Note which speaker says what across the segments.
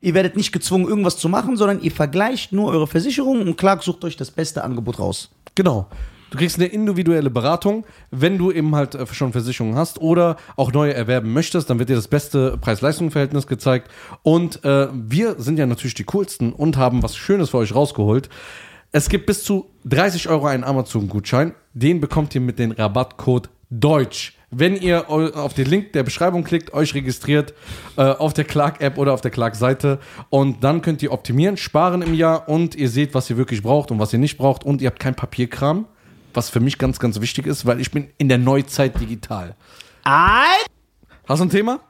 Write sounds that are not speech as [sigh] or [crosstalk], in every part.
Speaker 1: Ihr werdet nicht gezwungen, irgendwas zu machen, sondern ihr vergleicht nur eure Versicherungen und Clark sucht euch das beste Angebot raus.
Speaker 2: Genau. Du kriegst eine individuelle Beratung, wenn du eben halt äh, schon Versicherungen hast oder auch neue erwerben möchtest, dann wird dir das beste Preis-Leistungs-Verhältnis gezeigt. Und äh, wir sind ja natürlich die coolsten und haben was Schönes für euch rausgeholt. Es gibt bis zu 30 Euro einen Amazon-Gutschein. Den bekommt ihr mit dem Rabattcode Deutsch. Wenn ihr eu- auf den Link der Beschreibung klickt, euch registriert äh, auf der Clark-App oder auf der Clark-Seite und dann könnt ihr optimieren, sparen im Jahr und ihr seht, was ihr wirklich braucht und was ihr nicht braucht und ihr habt kein Papierkram was für mich ganz, ganz wichtig ist, weil ich bin in der Neuzeit digital. Hast du ein Thema?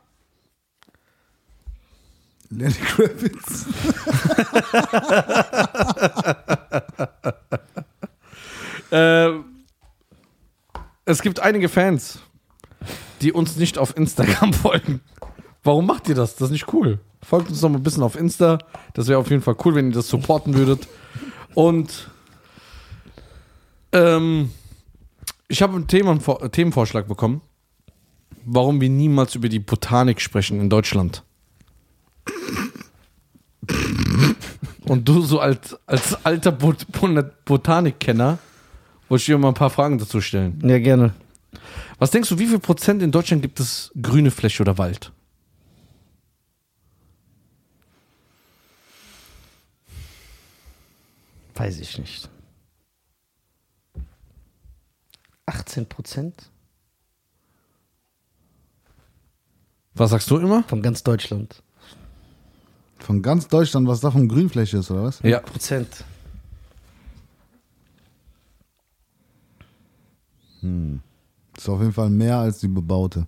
Speaker 3: Lenny Kravitz.
Speaker 2: [laughs] Äh, es gibt einige Fans, die uns nicht auf Instagram [laughs] folgen. Warum macht ihr das? Das ist nicht cool. Folgt uns noch mal ein bisschen auf Insta. Das wäre auf jeden Fall cool, wenn ihr das supporten würdet. Und ähm, ich habe einen Themenvor Themenvorschlag bekommen, warum wir niemals über die Botanik sprechen in Deutschland. Und du so als, als alter Bot Bot Botanikkenner wollte ich dir mal ein paar Fragen dazu stellen.
Speaker 1: Ja, gerne.
Speaker 2: Was denkst du, wie viel Prozent in Deutschland gibt es grüne Fläche oder Wald?
Speaker 1: Weiß ich nicht. 18 Prozent
Speaker 2: Was sagst du immer?
Speaker 1: von ganz Deutschland.
Speaker 3: Von ganz Deutschland, was davon Grünfläche ist, oder was?
Speaker 2: Ja.
Speaker 1: Prozent.
Speaker 3: Ist auf jeden Fall mehr als die bebaute.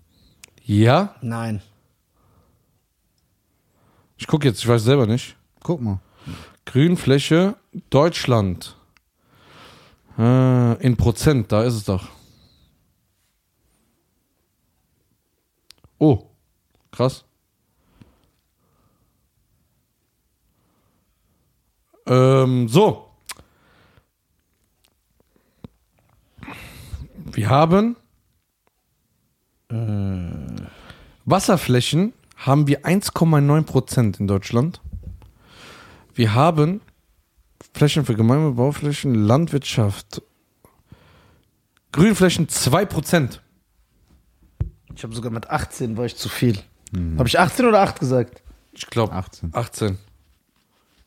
Speaker 2: Ja?
Speaker 1: Nein.
Speaker 2: Ich gucke jetzt, ich weiß selber nicht.
Speaker 3: Guck mal.
Speaker 2: Grünfläche, Deutschland. Äh, in Prozent, da ist es doch. Oh, krass. Ähm, so. Wir haben äh, Wasserflächen haben wir 1,9 Prozent in Deutschland. Wir haben Flächen für Gemeinde, Bauflächen, Landwirtschaft. Grünflächen 2%.
Speaker 1: Ich habe sogar mit 18 war ich zu viel. Habe ich 18 oder 8 gesagt?
Speaker 2: Ich glaube
Speaker 3: 18.
Speaker 2: 18.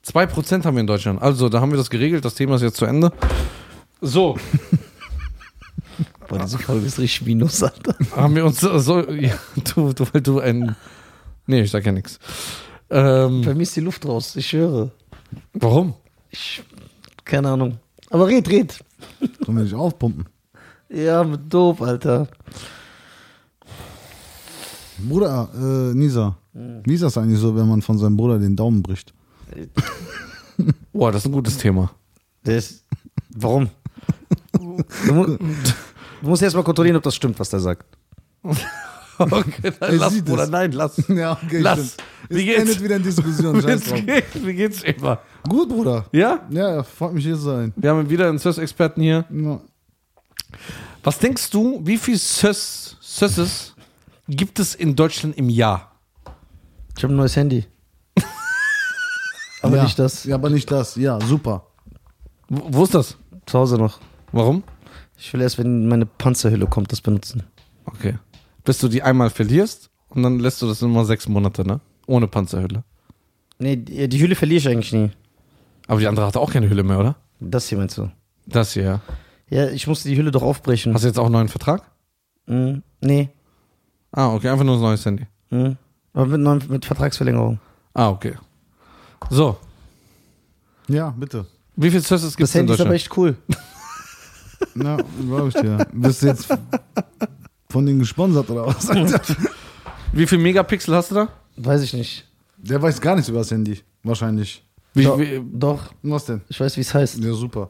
Speaker 2: 2% haben wir in Deutschland. Also, da haben wir das geregelt. Das Thema ist jetzt zu Ende. [laughs] So,
Speaker 1: Boah, diese Folge ist richtig Minus, Alter.
Speaker 2: haben wir uns so. Ja, du, du, weil du ein. Nee, ich sag ja nichts. Ähm,
Speaker 1: [laughs] Bei mir ist die Luft raus, ich höre.
Speaker 2: warum?
Speaker 1: Ich, keine Ahnung. Aber red, red.
Speaker 3: Sollen wir dich aufpumpen?
Speaker 1: Ja, mit doof, Alter.
Speaker 3: Bruder, äh, Nisa.
Speaker 2: Mhm.
Speaker 3: Nisa ist eigentlich so, wenn man von seinem Bruder den Daumen bricht.
Speaker 2: Boah, das ist ein gutes Thema.
Speaker 1: Das, warum? Du, mu- du musst erst mal kontrollieren, ob das stimmt, was der sagt.
Speaker 2: [laughs] Okay, dann
Speaker 3: Er
Speaker 2: lass,
Speaker 3: sieht
Speaker 2: oder
Speaker 3: es.
Speaker 2: Ah, nein, lass.
Speaker 3: [laughs] Ja, okay,
Speaker 2: lass.
Speaker 3: stimmt. Es
Speaker 2: Wie geht's?
Speaker 3: endet wieder in Diskussion. Scheiß
Speaker 2: [laughs]
Speaker 3: drauf.
Speaker 2: Wie geht's? Wie geht's immer?
Speaker 3: Gut, Bruder.
Speaker 2: Ja?
Speaker 3: Ja, freut mich hier zu sein.
Speaker 2: Wir haben wieder einen Service-Experten hier.
Speaker 3: Ja.
Speaker 2: Was denkst du, wie viel Sös, Sösses gibt es in Deutschland im Jahr?
Speaker 1: Ich habe ein neues Handy. Aber
Speaker 3: ja.
Speaker 1: nicht das.
Speaker 3: Ja, aber nicht das. Ja, super.
Speaker 2: Wo, wo ist das?
Speaker 1: Zu Hause noch.
Speaker 2: Warum?
Speaker 1: Ich will erst, wenn meine Panzerhülle kommt, das benutzen.
Speaker 2: Okay. Bis du die einmal verlierst und dann lässt du das immer sechs Monate, ne? Ohne Panzerhülle.
Speaker 1: Nee, die, die Hülle verliere ich eigentlich nie.
Speaker 2: Aber die andere hatte auch keine Hülle mehr, oder?
Speaker 1: Das hier meinst du?
Speaker 2: Das hier, ja.
Speaker 1: Ja, ich musste die Hülle doch aufbrechen.
Speaker 2: Hast du jetzt auch einen neuen Vertrag?
Speaker 1: Mhm. Nee.
Speaker 2: Ah, okay, einfach nur ein neues Handy.
Speaker 1: Mhm. Aber mit, neuen- mit Vertragsverlängerung.
Speaker 2: Ah, okay. So,
Speaker 3: Ja, bitte.
Speaker 2: wie viel Sösses gibt
Speaker 1: Das
Speaker 2: es in
Speaker 1: Handy ist aber
Speaker 2: Deutschland?
Speaker 1: echt cool.
Speaker 3: Ja, glaube ich dir. Bist du jetzt von denen gesponsert
Speaker 2: [laughs]
Speaker 3: oder was? Alter?
Speaker 2: Wie viel Megapixel hast du da?
Speaker 1: Weiß ich nicht.
Speaker 3: Der weiß gar nichts über das Handy. Wahrscheinlich.
Speaker 2: Wie,
Speaker 1: doch,
Speaker 2: wie,
Speaker 1: doch,
Speaker 3: Was denn?
Speaker 1: ich weiß, wie es heißt.
Speaker 3: Ja, super.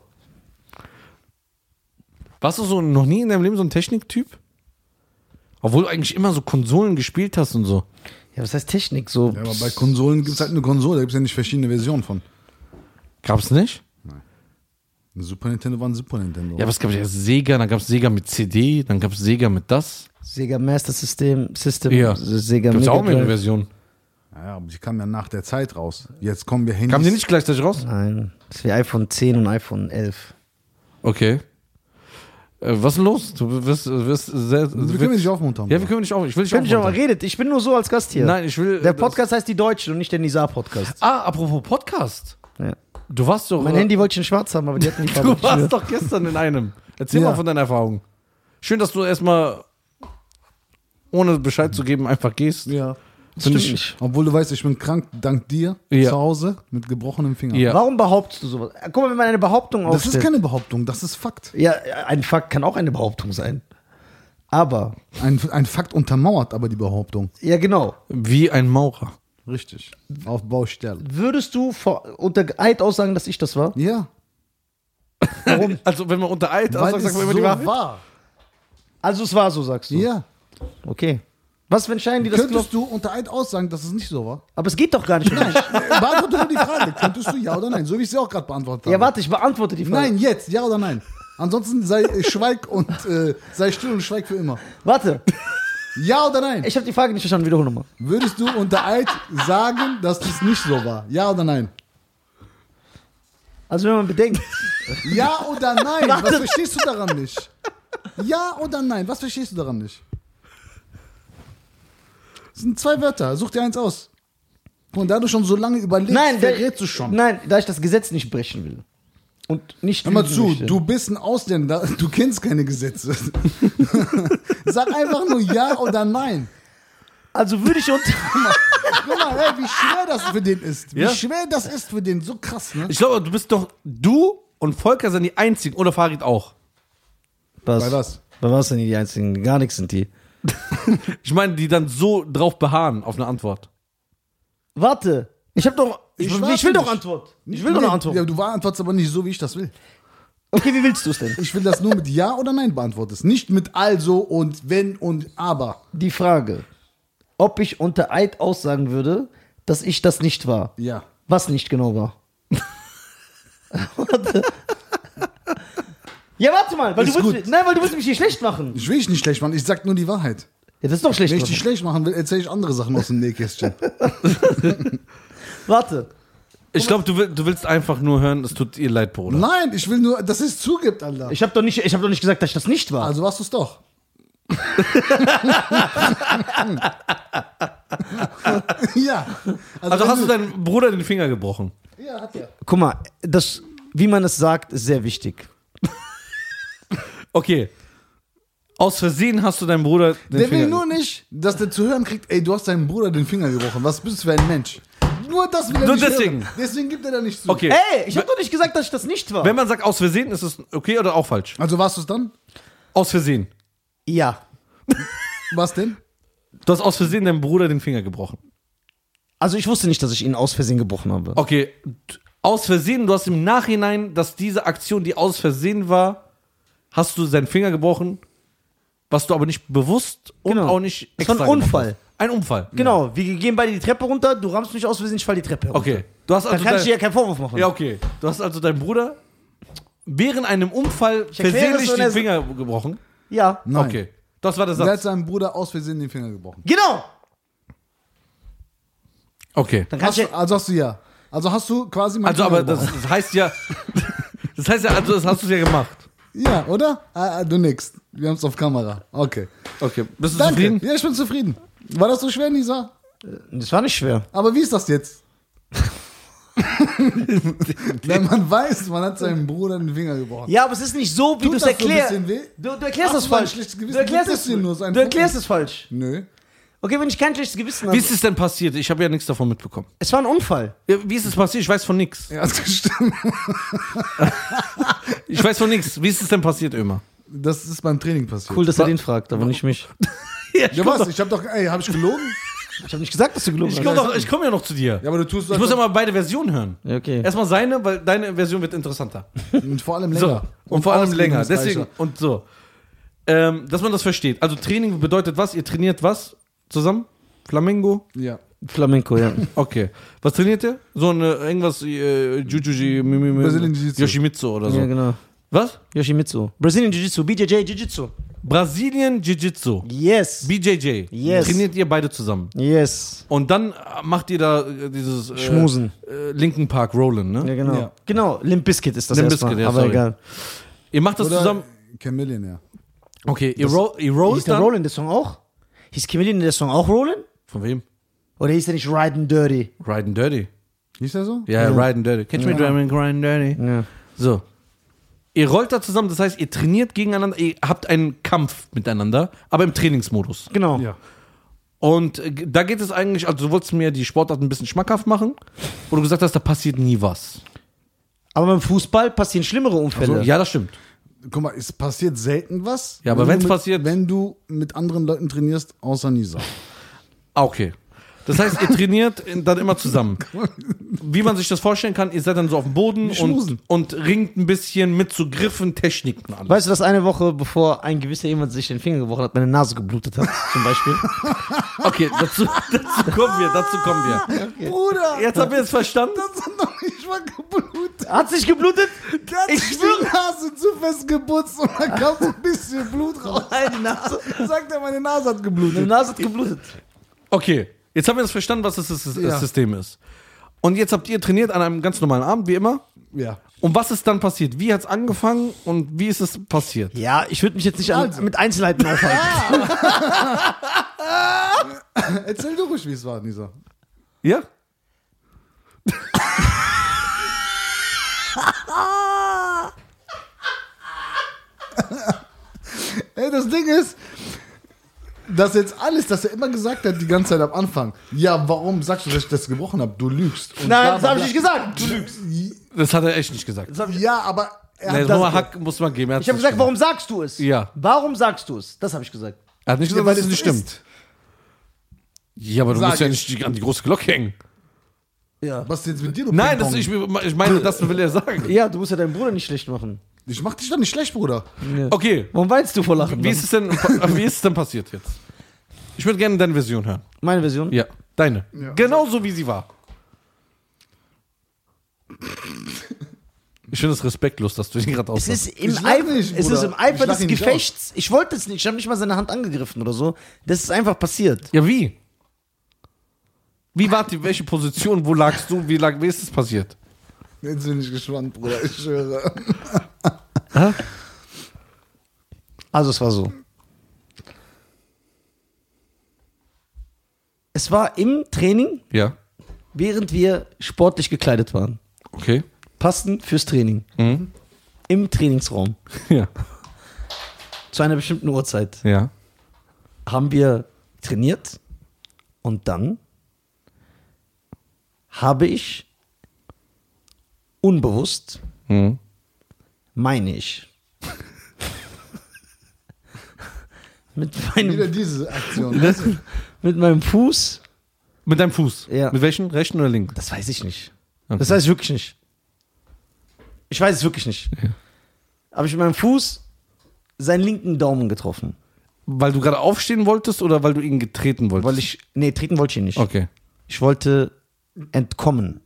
Speaker 2: warst du so noch nie in deinem Leben so ein Techniktyp? Obwohl du eigentlich immer so Konsolen gespielt hast und so.
Speaker 1: Ja, was heißt Technik? So.
Speaker 3: Ja, aber bei Konsolen gibt es halt eine Konsole, da gibt es ja nicht verschiedene Versionen von.
Speaker 2: Gab's nicht?
Speaker 3: Super Nintendo war ein Super Nintendo.
Speaker 2: Ja, aber es gab ja Sega, dann gab es Sega mit CD, dann gab es Sega mit das.
Speaker 1: Sega Master System, System,
Speaker 2: Ja.
Speaker 1: Sega
Speaker 2: Gibt es
Speaker 1: Mega
Speaker 2: auch mehrere
Speaker 1: Drive.
Speaker 2: Versionen.
Speaker 3: Ja, aber die kamen ja nach der Zeit raus. Jetzt kommen wir Handys.
Speaker 2: Kamen die nicht gleichzeitig raus?
Speaker 1: Nein, das ist wie iPhone 10 und iPhone 11.
Speaker 2: Okay. Äh, was ist denn los? Du wirst, äh, wirst sehr.
Speaker 3: Wir können nicht aufmuntern.
Speaker 2: ja, wir können dich auch. Ich will dich
Speaker 1: Könnt ihr schon mal
Speaker 2: aufmuntern.
Speaker 1: redet? Ich bin nur so als Gast hier.
Speaker 2: Nein, ich will. äh,
Speaker 1: Der
Speaker 2: das-
Speaker 1: Podcast heißt Die Deutschen und nicht der Nizar-Podcast.
Speaker 2: Ah, apropos Podcast.
Speaker 1: Ja.
Speaker 2: Du warst doch.
Speaker 1: Mein
Speaker 2: äh,
Speaker 1: Handy wollte ich in schwarz haben, aber die hatten die
Speaker 2: [laughs] Du warst doch gestern in einem. Erzähl
Speaker 3: Ja.
Speaker 2: mal von deinen Erfahrungen. Schön, dass du erstmal ohne Bescheid zu geben einfach gehst.
Speaker 3: ja.
Speaker 2: Finde
Speaker 1: stimmt nicht.
Speaker 3: Obwohl du weißt, ich bin krank dank dir
Speaker 2: Ja.
Speaker 3: zu Hause mit gebrochenem Finger.
Speaker 2: Ja.
Speaker 1: Warum behauptest du sowas? Äh, Guck mal, wenn man eine Behauptung
Speaker 3: Das ist
Speaker 1: aufstellt.
Speaker 3: keine Behauptung, das ist Fakt.
Speaker 1: ja, ein Fakt kann auch eine Behauptung sein. Aber,
Speaker 3: Ein, ein Fakt untermauert aber die Behauptung.
Speaker 1: ja genau.
Speaker 2: Wie ein Maurer.
Speaker 3: Richtig. Auf Baustelle.
Speaker 1: Würdest du vor, unter Eid aussagen, dass ich das war?
Speaker 3: Ja.
Speaker 1: Warum?
Speaker 2: Also, wenn man unter Eid aussagt, sagt man immer die Wahrheit.
Speaker 3: wahr.
Speaker 1: also es war so, sagst du?
Speaker 3: Ja.
Speaker 1: Okay. Was, wenn Schein die das glaubt?
Speaker 3: Könntest du unter Eid aussagen, dass es nicht so war?
Speaker 1: Aber es geht doch gar nicht. um dich.
Speaker 3: Beantworte nur die Frage. Könntest du ja oder nein? So wie ich sie auch gerade beantwortet habe.
Speaker 1: ja, warte, ich beantworte die Frage.
Speaker 3: Nein, jetzt, ja oder nein? Ansonsten
Speaker 1: [laughs]
Speaker 3: sei äh, schweig und äh, sei still und schweig für immer.
Speaker 1: Warte,
Speaker 3: Ja oder nein?
Speaker 1: ich habe die Frage nicht verstanden. Wiederhol nochmal.
Speaker 3: Würdest du unter Eid sagen, dass das nicht so war? Ja oder nein?
Speaker 1: Also, wenn man bedenkt,
Speaker 3: Ja oder nein? Was verstehst du daran nicht? Ja oder nein? Was verstehst du daran nicht? Das sind zwei Wörter. Such dir eins aus. Und da du schon so lange
Speaker 1: [laughs]
Speaker 3: überlegst,
Speaker 1: Nein, da-
Speaker 3: verrätst du schon.
Speaker 1: Nein, da ich das Gesetz nicht brechen will. Und nicht.
Speaker 3: Hör mal
Speaker 1: lügen
Speaker 3: zu,
Speaker 1: möchte.
Speaker 3: du bist ein Ausländer, du kennst keine
Speaker 1: [laughs]
Speaker 3: Gesetze. Sag einfach nur ja oder nein.
Speaker 1: Also würde ich unter.
Speaker 3: Guck mal, ey, wie schwer das für den ist. Wie
Speaker 2: Ja?
Speaker 3: schwer das ist für den. So krass, ne?
Speaker 2: Ich glaube, du bist doch. Du und Volker sind die einzigen. Oder Farid auch.
Speaker 1: Was?
Speaker 3: Bei was?
Speaker 1: [laughs] Bei was sind die, die einzigen? Gar nichts sind die.
Speaker 2: Ich meine, die dann so drauf beharren auf eine Antwort.
Speaker 1: Warte, ich habe doch. Ich,
Speaker 3: Ich
Speaker 1: ich,
Speaker 3: warte
Speaker 1: will
Speaker 3: nicht.
Speaker 1: doch Antwort. Ich will doch eine Antwort.
Speaker 3: Ja, du antwortest aber nicht so, wie ich das will.
Speaker 1: Okay, wie willst du es denn?
Speaker 3: Ich will das nur mit Ja oder Nein beantwortest. Nicht mit also und wenn und aber.
Speaker 1: Die Frage, ob ich unter Eid aussagen würde, dass ich das nicht war.
Speaker 3: Ja.
Speaker 1: Was nicht genau war. [laughs] Warte. Ja, warte mal, weil
Speaker 3: Ist
Speaker 1: du willst,
Speaker 3: gut.
Speaker 1: nein, weil du willst mich hier schlecht machen.
Speaker 3: Ich will dich nicht schlecht machen, ich sag nur die Wahrheit.
Speaker 1: Ja, das ist doch schlecht.
Speaker 3: Wenn ich dich
Speaker 1: Machen.
Speaker 3: schlecht machen will, erzähle ich andere Sachen aus dem Nähkästchen.
Speaker 1: Warte.
Speaker 2: Ich glaube, du, will- du willst einfach nur hören, es tut ihr leid, Bruder.
Speaker 3: Nein, ich will nur, dass es zugibt, Alter.
Speaker 1: Ich habe doch nicht ich habe doch nicht gesagt, dass ich das nicht war.
Speaker 3: Also warst du es doch. [laughs] ja.
Speaker 2: Also
Speaker 3: wenn
Speaker 2: hast du deinem Bruder den Finger gebrochen.
Speaker 3: Ja, hat er.
Speaker 1: Guck mal, das wie man es sagt, ist sehr wichtig.
Speaker 2: Okay. Aus Versehen hast du deinem Bruder den
Speaker 3: Der
Speaker 2: Finger
Speaker 3: will nur nicht, dass der zu hören kriegt, ey, du hast deinem Bruder den Finger gebrochen. Was bist du für ein Mensch? Nur das will er
Speaker 2: Nur
Speaker 3: nicht
Speaker 2: deswegen.
Speaker 3: Hören. Deswegen gibt er da nicht zu.
Speaker 2: Okay.
Speaker 1: Ey, ich habe doch nicht gesagt, dass ich das nicht war.
Speaker 2: Wenn man sagt aus Versehen, ist es okay oder auch falsch?
Speaker 3: Also warst du es dann?
Speaker 2: Aus Versehen.
Speaker 1: Ja.
Speaker 3: Was denn?
Speaker 2: Du hast aus Versehen deinem Bruder den Finger gebrochen.
Speaker 1: Also ich wusste nicht, dass ich ihn aus Versehen gebrochen habe.
Speaker 2: Okay. d- Aus Versehen, du hast im Nachhinein, dass diese Aktion, die aus Versehen war, hast du seinen Finger gebrochen, was du aber nicht bewusst und
Speaker 1: Genau.
Speaker 2: auch nicht
Speaker 1: Es war ein
Speaker 2: extra gemacht
Speaker 1: Unfall.
Speaker 2: hast. Ein Unfall.
Speaker 1: Genau, wir gehen beide die Treppe runter, du rammst mich aus Versehen, ich fall die Treppe runter.
Speaker 2: Okay. Du hast
Speaker 1: Da
Speaker 2: also
Speaker 1: kann ich dir ja
Speaker 2: dein,
Speaker 1: keinen Vorwurf machen.
Speaker 2: ja, okay. Du hast also deinen Bruder während einem Unfall
Speaker 1: erkläre es
Speaker 2: versehentlich
Speaker 1: so in
Speaker 2: den
Speaker 1: der-
Speaker 2: Finger gebrochen.
Speaker 1: Ja.
Speaker 3: Nein.
Speaker 2: Okay. Das war der
Speaker 3: Der hat
Speaker 2: Satz.
Speaker 3: seinem Bruder aus Versehen den Finger gebrochen.
Speaker 1: Genau.
Speaker 2: Okay.
Speaker 1: Dann kann
Speaker 3: Hast
Speaker 1: ich ja,
Speaker 3: du, also hast du ja. Also hast du quasi meinen
Speaker 2: Also,
Speaker 3: Finger
Speaker 2: aber das,
Speaker 3: gebrochen.
Speaker 2: das heißt ja. [laughs] Das heißt ja, also, das hast du ja gemacht.
Speaker 3: Ja, oder? Ah, ah, du nix. Wir haben es auf Kamera. Okay.
Speaker 2: Okay. Bist du
Speaker 3: Danke.
Speaker 2: zufrieden?
Speaker 3: Ja, ich bin zufrieden. War das so schwer, Nisa?
Speaker 1: das war nicht schwer.
Speaker 3: Aber wie ist
Speaker 2: [laughs]
Speaker 3: das jetzt? Wenn man weiß, man hat seinem Bruder den Finger gebrochen.
Speaker 1: Ja, aber es ist nicht so, wie
Speaker 3: Tut
Speaker 1: du es
Speaker 3: das so ein
Speaker 1: erklärst.
Speaker 3: bisschen weh?
Speaker 1: Du, du erklärst
Speaker 3: Hast
Speaker 1: es
Speaker 3: du mal ein
Speaker 1: falsch.
Speaker 3: schlechtes
Speaker 1: Du
Speaker 3: Gewissen?
Speaker 1: erklärst
Speaker 3: Gibt es
Speaker 1: es,
Speaker 3: hier nur so ein
Speaker 1: du erklärst
Speaker 3: Problem?
Speaker 1: es falsch.
Speaker 3: Nö.
Speaker 1: Okay, wenn ich kein schlechtes Gewissen
Speaker 2: Wie
Speaker 1: habe.
Speaker 2: ist es denn passiert? Ich habe ja nichts davon mitbekommen.
Speaker 1: Es war ein Unfall.
Speaker 2: Ja, Wie ist es passiert? Ich weiß von nichts.
Speaker 3: [laughs] Ja, das stimmt.
Speaker 2: Ich weiß von nichts. Wie ist es denn passiert, [laughs] Ömer?
Speaker 3: Das ist beim Training passiert.
Speaker 1: Cool, dass er den fragt, aber nicht mich.
Speaker 3: Ja, was? Ich hab doch, ey, hab ich gelogen?
Speaker 1: Ich habe nicht gesagt, dass du gelogen
Speaker 2: Ich
Speaker 1: hast.
Speaker 2: komme doch- ich komm ja noch zu dir.
Speaker 3: Ja, aber du tust
Speaker 2: Ich muss ja mal beide Versionen hören.
Speaker 1: Ja, okay.
Speaker 2: Erstmal seine, weil deine Version wird interessanter.
Speaker 3: Und vor allem
Speaker 2: So.
Speaker 3: länger.
Speaker 2: Und vor allem länger. Deswegen
Speaker 3: auslegungsreicher.
Speaker 2: und so. Ähm, dass man das versteht. Also Training bedeutet was? Ihr trainiert was zusammen? Flamingo?
Speaker 3: Ja.
Speaker 1: Flamenco, ja.
Speaker 2: Okay. Was trainiert ihr? So eine irgendwas äh, Jujuji,
Speaker 3: Brazilian Jiu-Jitsu.
Speaker 2: Yoshimitsu oder so.
Speaker 1: ja, genau.
Speaker 2: Was?
Speaker 1: Yoshimitsu. Brazilian Jiu-Jitsu, BJJ Jiu-Jitsu.
Speaker 2: Brasilien Jiu-Jitsu.
Speaker 1: Yes.
Speaker 2: BJJ.
Speaker 1: Yes.
Speaker 2: Trainiert ihr beide zusammen.
Speaker 1: Yes.
Speaker 2: Und dann äh, macht ihr da äh, dieses äh,
Speaker 1: Schmusen.
Speaker 2: Äh, Linken Park Rollin, ne?
Speaker 1: Ja, genau.
Speaker 3: Ja.
Speaker 1: Genau, Limp Bizkit ist das
Speaker 2: Limp
Speaker 1: erstmal,
Speaker 2: Bizkit, ja,
Speaker 1: aber
Speaker 2: sorry.
Speaker 1: egal.
Speaker 2: Ihr macht das
Speaker 3: Oder
Speaker 2: zusammen.
Speaker 3: Chameleon, ja.
Speaker 2: Okay, ihr, roll, ihr rollt
Speaker 1: Hieß der
Speaker 2: dann.
Speaker 1: Roland der Song auch? Hieß Chameleon der Song auch Roland?
Speaker 2: Von wem?
Speaker 1: Oder hieß der nicht Riding Dirty?
Speaker 2: Riding Dirty.
Speaker 3: Hieß der so?
Speaker 2: Ja, Riding Dirty. Catch me driving, riding dirty.
Speaker 1: Ja.
Speaker 2: So. Ihr rollt da zusammen, das heißt, ihr trainiert gegeneinander, ihr habt einen Kampf miteinander, aber im Trainingsmodus.
Speaker 1: Genau.
Speaker 3: Ja.
Speaker 2: Und äh, da geht es eigentlich, also du wolltest mir die Sportart ein bisschen schmackhaft machen, wo du gesagt hast, da passiert nie was.
Speaker 1: Aber beim Fußball passieren schlimmere Unfälle.
Speaker 2: So, ja, das stimmt.
Speaker 3: Guck mal, es passiert selten was.
Speaker 2: Ja, aber
Speaker 3: wenn
Speaker 2: wenn's
Speaker 3: du mit-
Speaker 2: passiert-
Speaker 3: Wenn du mit anderen Leuten trainierst, außer Nisa.
Speaker 2: Ah, okay. Das heißt, ihr trainiert in- dann immer zusammen. Wie man sich das vorstellen kann, ihr seid dann so auf dem Boden und,
Speaker 3: schmusen.
Speaker 2: und ringt ein bisschen mit zu Griffen, Techniken an.
Speaker 1: Weißt du, dass eine Woche bevor ein gewisser jemand sich den Finger gebrochen hat, meine Nase geblutet hat, [laughs] zum Beispiel?
Speaker 2: Okay, dazu, [laughs] dazu kommen wir, dazu kommen wir.
Speaker 3: Bruder!
Speaker 2: Jetzt habt ihr es verstanden?
Speaker 3: Das hat doch nicht mal geblutet.
Speaker 1: hat sich geblutet?
Speaker 3: Der hat
Speaker 1: Ich
Speaker 3: sich
Speaker 1: schwöre. [laughs]
Speaker 3: die Nase zu fest geputzt und da kam so ein bisschen Blut raus.
Speaker 1: Meine Nase.
Speaker 3: Sagt er, meine Nase hat
Speaker 1: Meine
Speaker 3: geblutet.
Speaker 1: Nase hat geblutet.
Speaker 2: Okay, jetzt haben wir das verstanden, was das, das, das
Speaker 3: Ja.
Speaker 2: System ist. Und jetzt habt ihr trainiert an einem ganz normalen Abend, wie immer.
Speaker 3: Ja.
Speaker 2: Und was ist dann passiert? Wie hat es angefangen und wie ist es passiert?
Speaker 1: Ja, ich würde mich jetzt nicht an, mit Einzelheiten aufhalten.
Speaker 3: Erzähl du ruhig, wie es war, Nisa.
Speaker 2: Ja?
Speaker 3: Ey, das Ding ist, dass jetzt alles, das er immer gesagt hat, die ganze Zeit am Anfang. Ja, warum sagst du, dass ich das gebrochen habe? Du lügst.
Speaker 1: [laughs]
Speaker 3: Und
Speaker 1: Nein,
Speaker 3: bla,
Speaker 1: das
Speaker 3: bla,
Speaker 1: habe ich
Speaker 3: bla.
Speaker 1: nicht gesagt. Du lügst.
Speaker 2: Das hat er echt nicht gesagt.
Speaker 3: Ja, aber er
Speaker 2: Nee,
Speaker 3: hat
Speaker 2: das
Speaker 3: das
Speaker 2: Hack muss man geben. er hat's
Speaker 1: Ich habe
Speaker 2: nicht
Speaker 1: gesagt, warum sagst du es?
Speaker 2: Ja.
Speaker 1: Warum sagst du es? Das habe ich gesagt.
Speaker 2: Er hat nicht gesagt,
Speaker 3: Ja,
Speaker 2: weil
Speaker 3: weil
Speaker 2: es
Speaker 3: es
Speaker 2: nicht
Speaker 3: ist.
Speaker 2: stimmt. Ja, aber du
Speaker 3: Sag
Speaker 2: musst ja
Speaker 3: ich.
Speaker 2: nicht die- an die große Glocke hängen.
Speaker 1: Ja.
Speaker 3: Was ist jetzt mit dir, du
Speaker 2: Nein, das,
Speaker 3: Ping-Pong?
Speaker 2: ich, ich meine, das will er [laughs] sagen.
Speaker 1: Ja, du musst ja deinen Bruder nicht schlecht machen.
Speaker 3: Ich mach dich doch nicht schlecht, Bruder.
Speaker 2: Okay,
Speaker 1: Warum weinst du vor Lachen?
Speaker 2: wie ist es [laughs] denn, wie ist es denn passiert jetzt? Ich würde gerne deine Version hören.
Speaker 1: Meine Version?
Speaker 2: Ja, deine.
Speaker 3: Ja.
Speaker 2: Genauso wie sie war. Ich finde es respektlos, dass du ihn gerade
Speaker 1: Es
Speaker 2: aussagst.
Speaker 1: ist im,
Speaker 3: Ich lach
Speaker 1: Eifer,
Speaker 3: nicht,
Speaker 1: es ist
Speaker 3: Bruder.
Speaker 1: im Eifer
Speaker 3: Ich lach
Speaker 1: des
Speaker 3: ihn nicht
Speaker 1: Gefechts. Ich wollte es nicht. Ich habe nicht mal seine Hand angegriffen oder so. Das ist einfach passiert.
Speaker 2: Ja, wie? Wie war die, welche Position, wo lagst du, wie, lag, wie ist es passiert?
Speaker 3: Jetzt bin ich gespannt, Bruder,
Speaker 2: [laughs]
Speaker 3: ich schwöre.
Speaker 1: Also es war so. Es war im Training,
Speaker 2: Ja.
Speaker 1: während wir sportlich gekleidet waren.
Speaker 2: Okay.
Speaker 1: Passend fürs Training. Im Trainingsraum.
Speaker 2: Ja.
Speaker 1: Zu einer bestimmten Uhrzeit.
Speaker 2: Ja.
Speaker 1: haben wir trainiert und dann habe ich unbewusst,
Speaker 2: Mhm.
Speaker 1: meine ich, [laughs] mit
Speaker 3: Wieder
Speaker 1: meinem,
Speaker 3: diese Aktion.
Speaker 1: mit meinem Fuß,
Speaker 2: Mit deinem Fuß?
Speaker 1: Ja.
Speaker 2: Mit welchen? Rechten oder linken?
Speaker 1: das weiß ich nicht.
Speaker 2: Okay.
Speaker 1: Das weiß ich wirklich nicht. Ich weiß es wirklich nicht. Habe ich mit meinem Fuß seinen linken Daumen getroffen.
Speaker 2: Weil du gerade aufstehen wolltest oder weil du ihn getreten wolltest?
Speaker 1: Weil ich, nee, treten wollte ich ihn nicht.
Speaker 2: Okay.
Speaker 1: Ich wollte entkommen.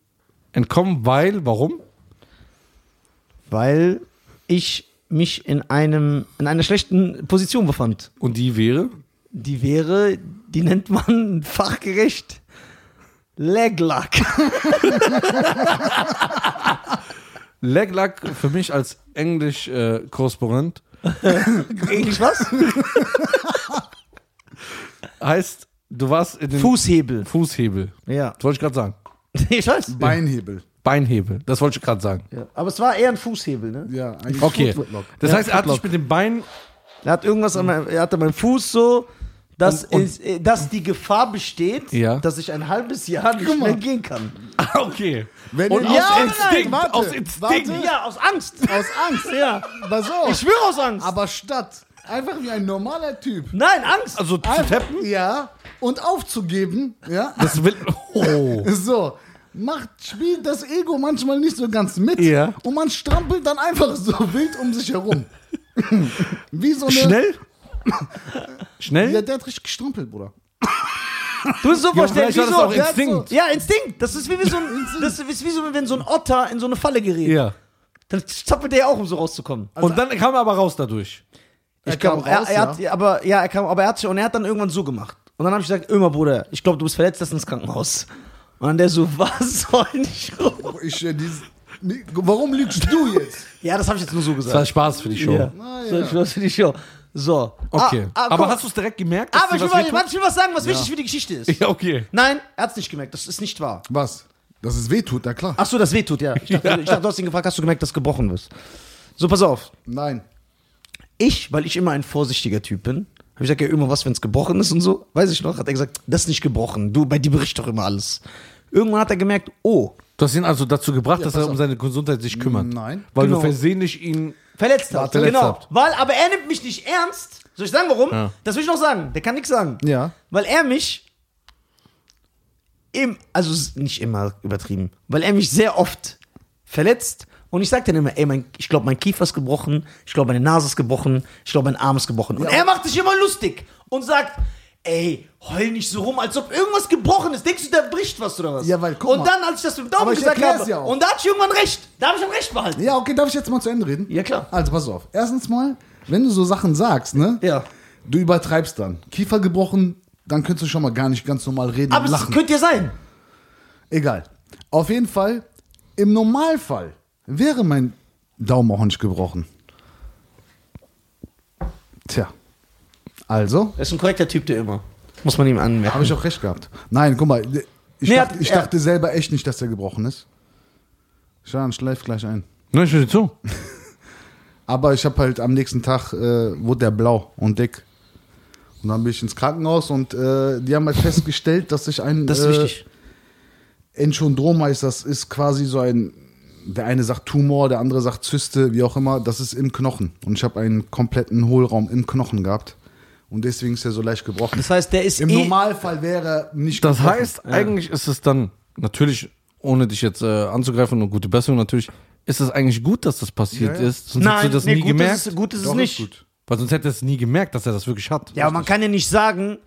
Speaker 2: Entkommen, weil, warum?
Speaker 1: weil ich mich in, einem, in einer schlechten Position befand.
Speaker 2: Und die wäre?
Speaker 1: Die wäre, die nennt man [laughs] fachgerecht Leglock.
Speaker 2: Leglack für mich als äh, Englisch-Korrespondent
Speaker 1: [laughs] Englisch was?
Speaker 2: heißt, du warst in den
Speaker 1: Fußhebel.
Speaker 2: Fußhebel.
Speaker 1: Ja.
Speaker 2: Das wollte ich gerade sagen.
Speaker 1: [laughs] Ich weiß.
Speaker 3: Beinhebel.
Speaker 2: Beinhebel. Das wollte ich gerade sagen.
Speaker 1: Ja. Aber es war eher ein Fußhebel, ne?
Speaker 3: Ja, eigentlich
Speaker 2: Okay.
Speaker 3: Footlock.
Speaker 2: Das heißt, er hat dich mit dem Bein. [laughs]
Speaker 1: Er hat irgendwas an meinem, er hatte meinen Fuß so, dass,
Speaker 2: Und- und-
Speaker 1: es, äh, dass die Gefahr besteht,
Speaker 2: Ja.
Speaker 1: dass ich ein halbes Jahr nicht
Speaker 3: Guck mal.
Speaker 1: mehr gehen kann.
Speaker 2: Ah, okay.
Speaker 3: Wenn
Speaker 2: Und
Speaker 3: ihr-
Speaker 2: aus
Speaker 3: Ja oder nein?
Speaker 2: Instinkt.
Speaker 3: Warte,
Speaker 2: aus Instinkt.
Speaker 3: warte.
Speaker 1: Ja, aus Angst.
Speaker 3: Aus Angst.
Speaker 1: Ja.
Speaker 3: Aber so.
Speaker 1: Ich schwöre aus Angst.
Speaker 3: aber statt einfach wie ein normaler Typ.
Speaker 1: Nein, Angst.
Speaker 2: Also zu
Speaker 3: Einfach-
Speaker 2: tappen.
Speaker 3: Ja. Und aufzugeben. Ja.
Speaker 2: Das will. Oh.
Speaker 3: [laughs] So. Macht, spielt das Ego manchmal nicht so ganz mit.
Speaker 2: Ja.
Speaker 3: Und man strampelt dann einfach so [laughs] wild um sich herum. [laughs] wie so eine.
Speaker 1: [laughs]
Speaker 2: Schnell? Schnell?
Speaker 3: Ja, der hat richtig gestrampelt, Bruder.
Speaker 1: Du musst so
Speaker 2: Ja,
Speaker 1: vorstellen,
Speaker 2: vielleicht war
Speaker 1: wie
Speaker 2: das
Speaker 1: so,
Speaker 2: auch
Speaker 3: der hat so-
Speaker 2: Instinkt.
Speaker 1: Ja, Instinkt. Das ist wie, wie so ein,
Speaker 2: [laughs]
Speaker 1: das ist wie so, wenn so ein Otter in so eine Falle gerät.
Speaker 2: Ja.
Speaker 1: Dann zappelt der ja auch, um so rauszukommen.
Speaker 2: Und dann kam er aber raus dadurch.
Speaker 1: Ich
Speaker 3: Er kam
Speaker 1: glaub, er,
Speaker 3: raus,
Speaker 1: er hat, aber ja, er kam, aber er hat sich, und er hat dann irgendwann so gemacht. Und dann habe ich gesagt, immer Bruder, ich glaube, du bist verletzt, lass ins Krankenhaus. Und dann der so, [laughs] was soll ich?
Speaker 3: Ich, äh, dies, nee, warum lügst du jetzt?
Speaker 1: Ja, das habe ich jetzt nur so gesagt.
Speaker 2: Das war Spaß für die Show.
Speaker 1: Ja.
Speaker 2: Ah,
Speaker 3: Na
Speaker 1: So,
Speaker 3: ja.
Speaker 1: ich was für die Show. So.
Speaker 2: Okay.
Speaker 1: Ah, ah,
Speaker 2: aber
Speaker 1: guck. Ah,
Speaker 2: hast du es direkt gemerkt? dass
Speaker 1: aber ich
Speaker 2: dir
Speaker 1: will,
Speaker 2: was
Speaker 1: mal,
Speaker 2: wehtut?
Speaker 1: warte, ich will was sagen, was wichtig für die Geschichte ist.
Speaker 2: Ja, okay.
Speaker 1: Nein, er hat es nicht gemerkt. Das ist nicht wahr.
Speaker 3: Was? Dass es weh tut, na klar.
Speaker 1: Ach so, das wehtut, ja. Ich dachte, ich dachte, du hast ihn gefragt, hast du gemerkt, dass du gebrochen wirst. So, pass auf.
Speaker 3: Nein.
Speaker 1: Ich, weil ich immer ein vorsichtiger Typ bin, habe ich gesagt, ja, immer was, wenn es gebrochen ist und so. Weiß ich noch. Hat er gesagt, das ist nicht gebrochen. Du, bei dir bricht doch immer alles. Irgendwann hat er gemerkt, oh,
Speaker 2: Du hast ihn also dazu gebracht, dass
Speaker 3: pass
Speaker 2: er um
Speaker 3: auf.
Speaker 2: seine Gesundheit sich kümmert.
Speaker 3: Nein.
Speaker 2: Weil
Speaker 1: Genau.
Speaker 2: du versehentlich ihn.
Speaker 1: verletzt hat.
Speaker 2: Verletzt
Speaker 1: genau.
Speaker 2: habt.
Speaker 1: Weil, aber er nimmt mich nicht ernst. Soll ich sagen, warum?
Speaker 2: Ja.
Speaker 1: Das will ich noch sagen. Der kann nichts sagen.
Speaker 3: Ja.
Speaker 1: Weil er mich im, also s- nicht immer übertrieben, weil er mich sehr oft verletzt und ich sag dann immer, ey, mein, ich glaube, mein Kiefer ist gebrochen, ich glaube, meine Nase ist gebrochen, ich glaube, mein Arm ist gebrochen. Und er macht sich immer lustig und sagt, ey, heul nicht so rum, als ob irgendwas gebrochen ist. Denkst du, da bricht was oder was?
Speaker 3: Ja, weil, guck
Speaker 1: und
Speaker 3: mal.
Speaker 1: dann, als ich das mit dem Daumen
Speaker 3: Aber ich
Speaker 1: gesagt
Speaker 3: erklär's
Speaker 1: habe,
Speaker 3: ja auch.
Speaker 1: und da hatte ich irgendwann recht, da habe ich dann recht behalten.
Speaker 3: Ja, okay, darf ich jetzt mal zu Ende reden?
Speaker 1: Ja, klar.
Speaker 3: Also pass auf. Erstens mal, wenn du so Sachen sagst, ne?
Speaker 1: Ja.
Speaker 3: Du übertreibst dann. Kiefer gebrochen, dann könntest du schon mal gar nicht ganz normal reden
Speaker 1: Aber
Speaker 3: und
Speaker 1: es
Speaker 3: lachen.
Speaker 1: könnte ja sein.
Speaker 3: Egal. Auf jeden Fall, im Normalfall wäre mein Daumen auch nicht gebrochen. Tja. Also,
Speaker 1: Er ist ein korrekter Typ, der immer. Muss man ihm anmerken.
Speaker 3: habe ich auch recht gehabt. Nein, guck mal, ich,
Speaker 1: Nee,
Speaker 3: dachte,
Speaker 1: hat-
Speaker 3: ich
Speaker 1: er-
Speaker 3: dachte selber echt nicht, dass der gebrochen ist. Schade, schleif gleich ein.
Speaker 2: Nein, ich höre dir zu.
Speaker 3: Aber ich habe halt am nächsten Tag, äh, wurde der blau und dick. Und dann bin ich ins Krankenhaus und äh, die haben halt festgestellt, dass ich ein
Speaker 1: das ist
Speaker 3: äh,
Speaker 1: wichtig.
Speaker 3: Enchondrom heißt das, ist quasi so ein, der eine sagt Tumor, der andere sagt Zyste, wie auch immer, das ist im Knochen. Und ich habe einen kompletten Hohlraum im Knochen gehabt. Und deswegen ist er so leicht gebrochen.
Speaker 1: Das heißt, der ist
Speaker 3: Im
Speaker 1: eh
Speaker 3: Normalfall wäre er nicht
Speaker 2: Das
Speaker 3: gebrochen.
Speaker 2: heißt, eigentlich ist es dann natürlich, ohne dich jetzt äh, anzugreifen und gute Besserung natürlich, ist es eigentlich gut, dass das passiert
Speaker 3: Ja, ja.
Speaker 2: ist. Sonst hättest du das
Speaker 1: nee,
Speaker 2: nie
Speaker 1: gut
Speaker 2: gemerkt.
Speaker 1: Ist, es- gut ist
Speaker 3: Doch,
Speaker 1: es
Speaker 3: ist
Speaker 1: nicht.
Speaker 3: gut.
Speaker 2: Weil sonst hättest du nie gemerkt, dass er das wirklich hat.
Speaker 1: Ja, aber man kann ja nicht sagen,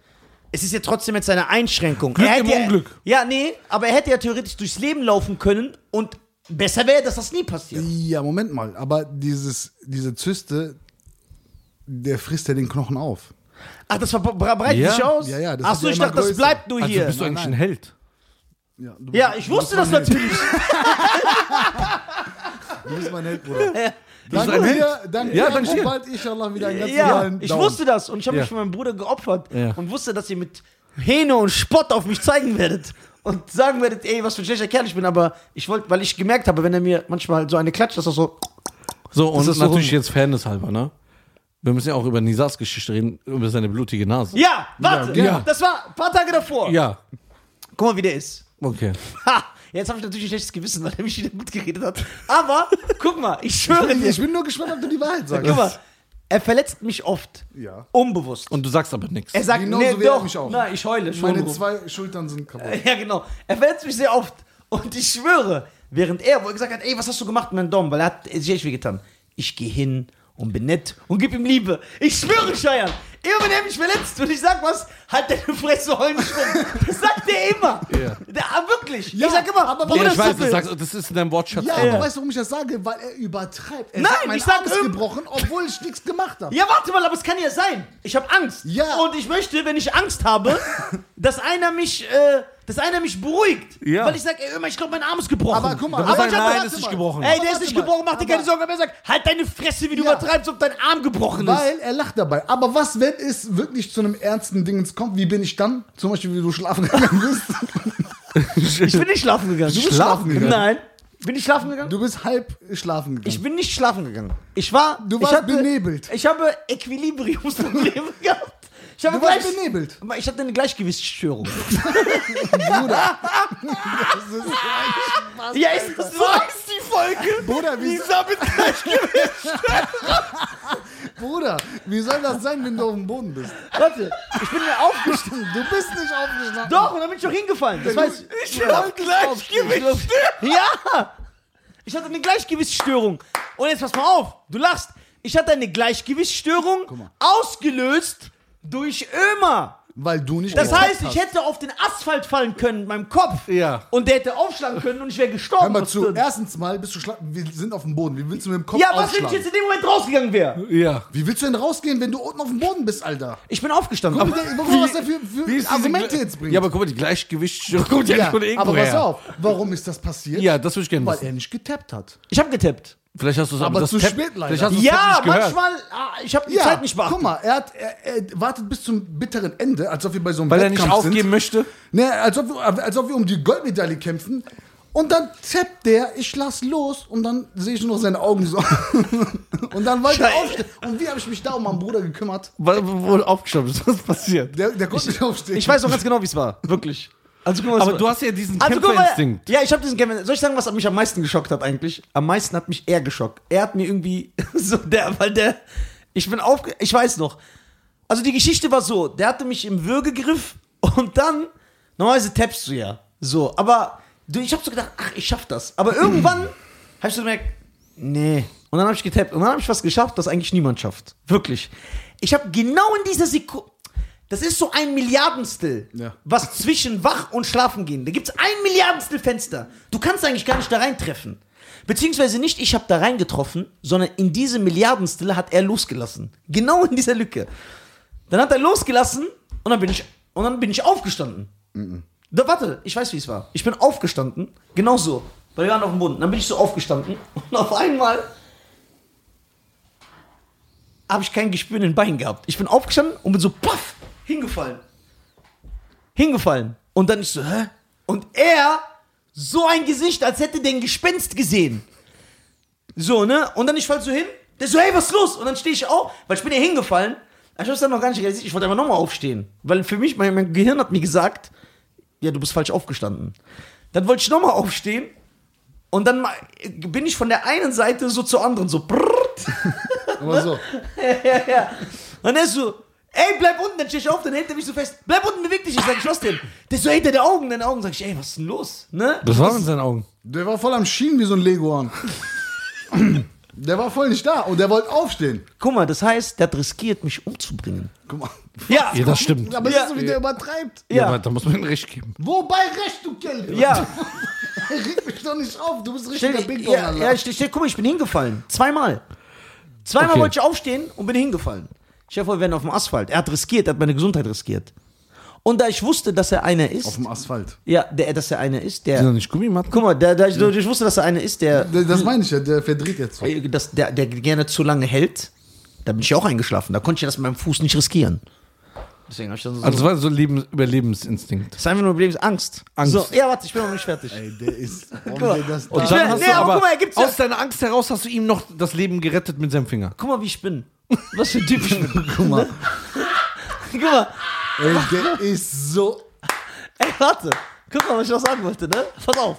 Speaker 1: es ist ja trotzdem jetzt eine Einschränkung.
Speaker 2: Glück
Speaker 1: er hätte
Speaker 2: im
Speaker 1: ja,
Speaker 2: Unglück.
Speaker 1: Ja, nee, aber er hätte ja theoretisch durchs Leben laufen können und besser wäre, dass das nie passiert.
Speaker 3: Ja, Moment mal, aber dieses, diese Zyste, der frisst ja den Knochen auf.
Speaker 1: Ach, das ver- bre- breitet
Speaker 2: Ja.
Speaker 1: sich aus?
Speaker 3: Ja, ja, das
Speaker 1: Ach
Speaker 3: ist
Speaker 1: so,
Speaker 3: ja
Speaker 1: ich
Speaker 3: immer
Speaker 1: dachte, das
Speaker 3: größer.
Speaker 1: bleibt nur
Speaker 2: also
Speaker 1: hier.
Speaker 2: bist du
Speaker 3: Nein,
Speaker 2: eigentlich
Speaker 3: nein.
Speaker 2: ein Held.
Speaker 3: Ja, du
Speaker 1: ja,
Speaker 3: bist-
Speaker 1: ich
Speaker 3: du
Speaker 1: wusste das
Speaker 3: bist mein Held.
Speaker 1: natürlich.
Speaker 3: Du bist mein
Speaker 1: [laughs]
Speaker 3: Held, Bruder.
Speaker 2: bist
Speaker 3: Danke
Speaker 2: ein Held.
Speaker 3: dir, danke
Speaker 2: Ja,
Speaker 3: dir.
Speaker 2: danke dir.
Speaker 3: Und bald ich Allah wieder einen ganz
Speaker 1: Ja,
Speaker 3: normalen
Speaker 1: ich
Speaker 3: Daumen.
Speaker 1: wusste das und ich habe
Speaker 2: Ja.
Speaker 1: mich für meinen Bruder geopfert
Speaker 2: Ja.
Speaker 1: und wusste, dass ihr mit Hähne und Spott auf mich zeigen werdet und sagen werdet, ey, was für ein schlechter Kerl ich bin, aber ich wollte, weil ich gemerkt habe, wenn er mir manchmal so eine klatscht, dass er so
Speaker 2: So, und
Speaker 1: ist so
Speaker 2: natürlich
Speaker 1: rum.
Speaker 2: jetzt Fairness halber, ne? Wir müssen ja auch über Nisas Geschichte reden, über seine blutige Nase.
Speaker 1: Ja, warte,
Speaker 2: Ja.
Speaker 1: das war ein paar Tage davor.
Speaker 2: Ja,
Speaker 1: Guck mal, wie der ist.
Speaker 2: okay.
Speaker 1: Ha, jetzt habe ich natürlich ein schlechtes Gewissen, weil er mich wieder gut geredet hat. Aber guck mal, ich schwöre dir,
Speaker 3: [laughs] Ich bin nur gespannt, ob du die Wahrheit
Speaker 1: guck
Speaker 3: sagst.
Speaker 1: mal, er verletzt mich oft,
Speaker 3: Ja.
Speaker 1: unbewusst.
Speaker 2: Und du sagst aber nichts.
Speaker 1: er sagt,
Speaker 3: Genauso
Speaker 1: nee,
Speaker 3: wie er
Speaker 1: doch,
Speaker 3: mich auch.
Speaker 1: nein, ich heule schon.
Speaker 3: Meine
Speaker 1: rum.
Speaker 3: zwei Schultern sind kaputt.
Speaker 1: Ja, genau. Er verletzt mich sehr oft. Und ich schwöre, während er, wo er gesagt hat, ey, was hast du gemacht, mein Dom? Weil er hat sich echt wehgetan. Ich gehe hin und bin nett und gib ihm Liebe. Ich schwöre, Scheiern. Immer wenn er mich verletzt und ich sag was, halt deine Fresse, heul nicht rum. Das sagt er immer.
Speaker 2: Ja.
Speaker 1: Da, ah, wirklich.
Speaker 3: Ja,
Speaker 1: ich sag immer,
Speaker 3: aber
Speaker 1: Bruder,
Speaker 2: ja, ich weiß,
Speaker 1: Suppe.
Speaker 2: das, sagst, das ist in deinem Wortschatz.
Speaker 3: Ja,
Speaker 2: drin.
Speaker 3: aber weißt du, warum ich das sage? Weil er übertreibt. Er
Speaker 1: Nein,
Speaker 3: sagt, mein
Speaker 1: ich sag
Speaker 3: Arm ist
Speaker 1: irgend-
Speaker 3: gebrochen, obwohl ich nichts gemacht habe.
Speaker 1: ja, warte mal, aber es kann ja sein. Ich habe Angst.
Speaker 3: Ja.
Speaker 1: Und ich möchte, wenn ich Angst habe,
Speaker 3: [laughs]
Speaker 1: dass einer mich, äh, dass einer mich beruhigt.
Speaker 2: Ja.
Speaker 1: Weil ich sag, ey, immer, ich glaube, mein Arm ist gebrochen.
Speaker 3: Aber guck mal,
Speaker 2: Dann muss
Speaker 1: aber
Speaker 2: er
Speaker 1: ich hab
Speaker 2: nein,
Speaker 1: doch-
Speaker 2: ist
Speaker 3: warte
Speaker 2: nicht
Speaker 3: mal.
Speaker 2: gebrochen.
Speaker 1: Ey, der ist nicht
Speaker 3: Warte mal,
Speaker 1: gebrochen, mach dir keine
Speaker 3: aber-
Speaker 1: Sorgen. Aber er sagt, halt deine Fresse, wie du
Speaker 3: Ja.
Speaker 1: übertreibst, ob dein Arm gebrochen ist.
Speaker 3: Weil er lacht dabei. Aber was, wenn es wirklich zu einem ernsten Dingens kommt? Wie bin ich dann? Zum Beispiel, wie du
Speaker 1: [laughs]
Speaker 3: schlafen gegangen bist.
Speaker 1: Ich bin nicht schlafen gegangen. Du
Speaker 3: bist schlafen gegangen?
Speaker 1: Nein. Bin ich schlafen gegangen?
Speaker 3: Du bist halb schlafen gegangen.
Speaker 1: Ich bin nicht schlafen gegangen. Ich war.
Speaker 3: Du
Speaker 1: ich
Speaker 3: warst
Speaker 1: hatte,
Speaker 3: benebelt.
Speaker 1: Ich habe Equilibriumsprobleme [laughs] gehabt. Ich habe
Speaker 3: Du warst
Speaker 1: gleich-
Speaker 3: benebelt.
Speaker 1: Aber Ich hatte eine Gleichgewichtsstörung.
Speaker 3: Bruder. Das ist so ein Spaß.
Speaker 1: ja, ist das so ist die Folge.
Speaker 3: Bruder, wie,
Speaker 1: mit [laughs] Gleichgewicht.
Speaker 3: Bruder, wie soll das sein, wenn du auf dem Boden bist?
Speaker 1: Warte, ich bin mir aufgestanden.
Speaker 3: Du bist nicht aufgestanden.
Speaker 1: Doch, und dann bin ich doch hingefallen. Das weiß ich. Ich
Speaker 3: hab
Speaker 1: Gleichgewichtsstörung. Ja. Ich hatte eine Gleichgewichtsstörung. Und jetzt pass mal auf. Du lachst. Ich hatte eine Gleichgewichtsstörung, ausgelöst durch Ömer.
Speaker 3: weil du nicht.
Speaker 1: Das
Speaker 3: gecheckt
Speaker 1: heißt, ich hätte auf den Asphalt fallen können mit meinem Kopf.
Speaker 2: Ja.
Speaker 1: Und der hätte aufschlagen können und ich wäre
Speaker 3: Hör
Speaker 1: gestorben.
Speaker 3: mal
Speaker 1: Was
Speaker 3: zu.
Speaker 1: denn?
Speaker 3: Erstens mal bist du schla Wir sind auf dem Boden. Wie willst du mit dem Kopf
Speaker 1: ja, was, wenn
Speaker 3: aufschlagen?
Speaker 1: ich jetzt in dem Moment rausgegangen wäre?
Speaker 2: Ja.
Speaker 3: Wie willst du denn rausgehen, wenn du unten auf dem Boden bist, Alter?
Speaker 1: Ich bin aufgestanden.
Speaker 3: Guck mal, der- guck mal, was er für, für
Speaker 2: Wie ist diese
Speaker 3: Argumente
Speaker 2: Gle-
Speaker 3: jetzt bringt.
Speaker 2: Ja, aber [laughs] guck mal, die Gleichgewicht kommt ja,
Speaker 3: Ja,
Speaker 2: schon irgendwo
Speaker 3: aber pass
Speaker 2: her.
Speaker 3: auf, warum ist das passiert?
Speaker 2: Ja, das würde ich gerne
Speaker 3: Weil
Speaker 2: wissen.
Speaker 3: er nicht getappt hat.
Speaker 1: ich habe getappt.
Speaker 2: Vielleicht hast du es
Speaker 3: Aber
Speaker 2: das
Speaker 3: zu
Speaker 2: Tap-
Speaker 3: spät leider.
Speaker 2: Vielleicht hast du's Tap
Speaker 1: Ja,
Speaker 2: nicht gehört.
Speaker 1: manchmal, ah, ich habe die Zeit nicht beachtet.
Speaker 3: guck mal, er, hat, er, er wartet bis zum bitteren Ende, als ob wir bei so einem
Speaker 2: Weil er
Speaker 3: Wettkampf
Speaker 2: nicht aufgeben
Speaker 3: sind.
Speaker 2: möchte.
Speaker 3: Ne, als, ob, wir- als ob wir um die Goldmedaille kämpfen. Und dann zappt der, ich lass los und dann sehe ich nur noch seine Augen so. [laughs] und dann wollte er
Speaker 1: Scheiße.
Speaker 3: aufstehen. Und wie habe ich mich da um meinen Bruder gekümmert?
Speaker 2: Weil- Wo aufgestanden ist, [laughs] was ist passiert?
Speaker 3: Der, der konnte nicht aufstehen.
Speaker 1: Ich weiß noch ganz genau, wie es war. Wirklich. Also, guck mal, was
Speaker 2: Aber
Speaker 1: war-
Speaker 2: du hast ja diesen
Speaker 1: Also guck mal,
Speaker 2: Kämpferinstinkt.
Speaker 1: ja, ich habe diesen Kämpfer. Soll ich sagen, was mich am meisten geschockt hat eigentlich? Am meisten hat mich er geschockt. Er hat mir irgendwie [laughs] so der, weil der, ich bin aufge, ich weiß noch. Also die Geschichte war so, der hatte mich im Würgegriff [laughs] und dann normalerweise tappst du ja, so. Aber du, ich habe so gedacht, ach, ich schaff das. Aber irgendwann habe ich so gemerkt, nee. Und dann habe ich getappt und dann habe ich was geschafft, das eigentlich niemand schafft. Wirklich. Ich habe genau in dieser Sekunde das ist so ein Milliardenstel,
Speaker 3: Ja.
Speaker 1: was zwischen wach und schlafen gehen. Da gibt es ein Milliardenstel Fenster. Du kannst eigentlich gar nicht da reintreffen. Beziehungsweise nicht ich habe da reingetroffen, sondern in diese Milliardenstel hat er losgelassen. Genau in dieser Lücke. Dann hat er losgelassen und dann bin ich, und dann bin ich aufgestanden. Da, warte, ich weiß, wie es war. Ich bin aufgestanden, genau so, weil wir waren auf dem Boden. Dann bin ich so aufgestanden [laughs] und auf einmal habe ich kein Gespür in den Beinen gehabt. Ich bin aufgestanden und bin so, paff, hingefallen. Hingefallen. Und dann ich so, hä? Und er, so ein Gesicht, als hätte den Gespenst gesehen. So, ne? Und dann ich fall so hin. Der so, hey, was ist los? Und dann stehe ich auf, weil ich bin ja hingefallen. Ich hab's dann noch gar nicht realisiert. Ich wollte einfach nochmal aufstehen. Weil für mich, mein, mein Gehirn hat mir gesagt, ja, du bist falsch aufgestanden. Dann wollte ich nochmal aufstehen. Und dann ma- bin ich von der einen Seite so zur anderen, so brrrt.
Speaker 3: Aber so.
Speaker 1: Ja, ja. Und er ist so, ey, bleib unten, dann steh ich auf, dann hält er mich so fest. Bleib unten, beweg dich. Ich sag, ich lass den. Der ist so hinter der Augen, deine Augen. Sag ich, ey, was ist denn los? Ne?
Speaker 2: Was war in seinen Augen?
Speaker 3: Der war voll am Schienen wie so
Speaker 1: [laughs]
Speaker 3: ein Leguan. der war voll nicht da und der wollte aufstehen.
Speaker 1: Guck mal, das heißt, der hat riskiert, mich umzubringen.
Speaker 3: Guck mal.
Speaker 1: Ja.
Speaker 2: Ja, das stimmt.
Speaker 3: Aber
Speaker 1: Ja.
Speaker 3: siehst du, wie der übertreibt?
Speaker 2: Ja,
Speaker 1: Ja.
Speaker 2: aber da muss man ihm recht geben.
Speaker 3: Wobei recht, du Kellner?
Speaker 1: Ja.
Speaker 3: [laughs] Reg mich doch nicht auf, du bist richtiger
Speaker 1: Stell,
Speaker 3: Big
Speaker 1: ja, ja, stell, stell, guck mal, ich bin hingefallen. Zweimal. Zweimal
Speaker 2: Okay.
Speaker 1: wollte ich aufstehen und bin hingefallen. Ich vor, wir wären auf dem Asphalt. Er hat riskiert, er hat meine Gesundheit riskiert. Und da ich wusste, dass er einer ist,
Speaker 3: Auf dem Asphalt.
Speaker 1: ja, der, dass er einer ist,
Speaker 2: Sind
Speaker 1: der,
Speaker 2: das nicht Gummimatten?
Speaker 1: guck mal, da, da ich, ich wusste, dass er einer ist, der
Speaker 3: Das meine ich ja, der verdreht jetzt so.
Speaker 1: Äh, dass der, der gerne zu lange hält, da bin ich ja auch eingeschlafen. Da konnte ich das mit meinem Fuß nicht riskieren. Deswegen habe ich dann so.
Speaker 2: Also, das war so ein Lebens Überlebensinstinkt.
Speaker 1: das ist einfach nur Lebensangst.
Speaker 2: Angst.
Speaker 1: So, ja, warte, ich bin noch nicht fertig.
Speaker 3: Ey, der ist. Warum
Speaker 1: mal.
Speaker 3: der das
Speaker 1: Und
Speaker 3: da-
Speaker 1: dann will- nee, aber guck mal, er gibt's ja-
Speaker 2: aus deiner Angst heraus hast du ihm noch das Leben gerettet mit seinem Finger.
Speaker 1: Guck mal, wie ich bin. Was für ein Typ ich bin. [laughs]
Speaker 3: Guck mal.
Speaker 1: ne? Guck mal,
Speaker 3: Ey, der ist so.
Speaker 1: Ne? ey, warte. Guck mal, was ich noch sagen wollte, ne? Pass auf.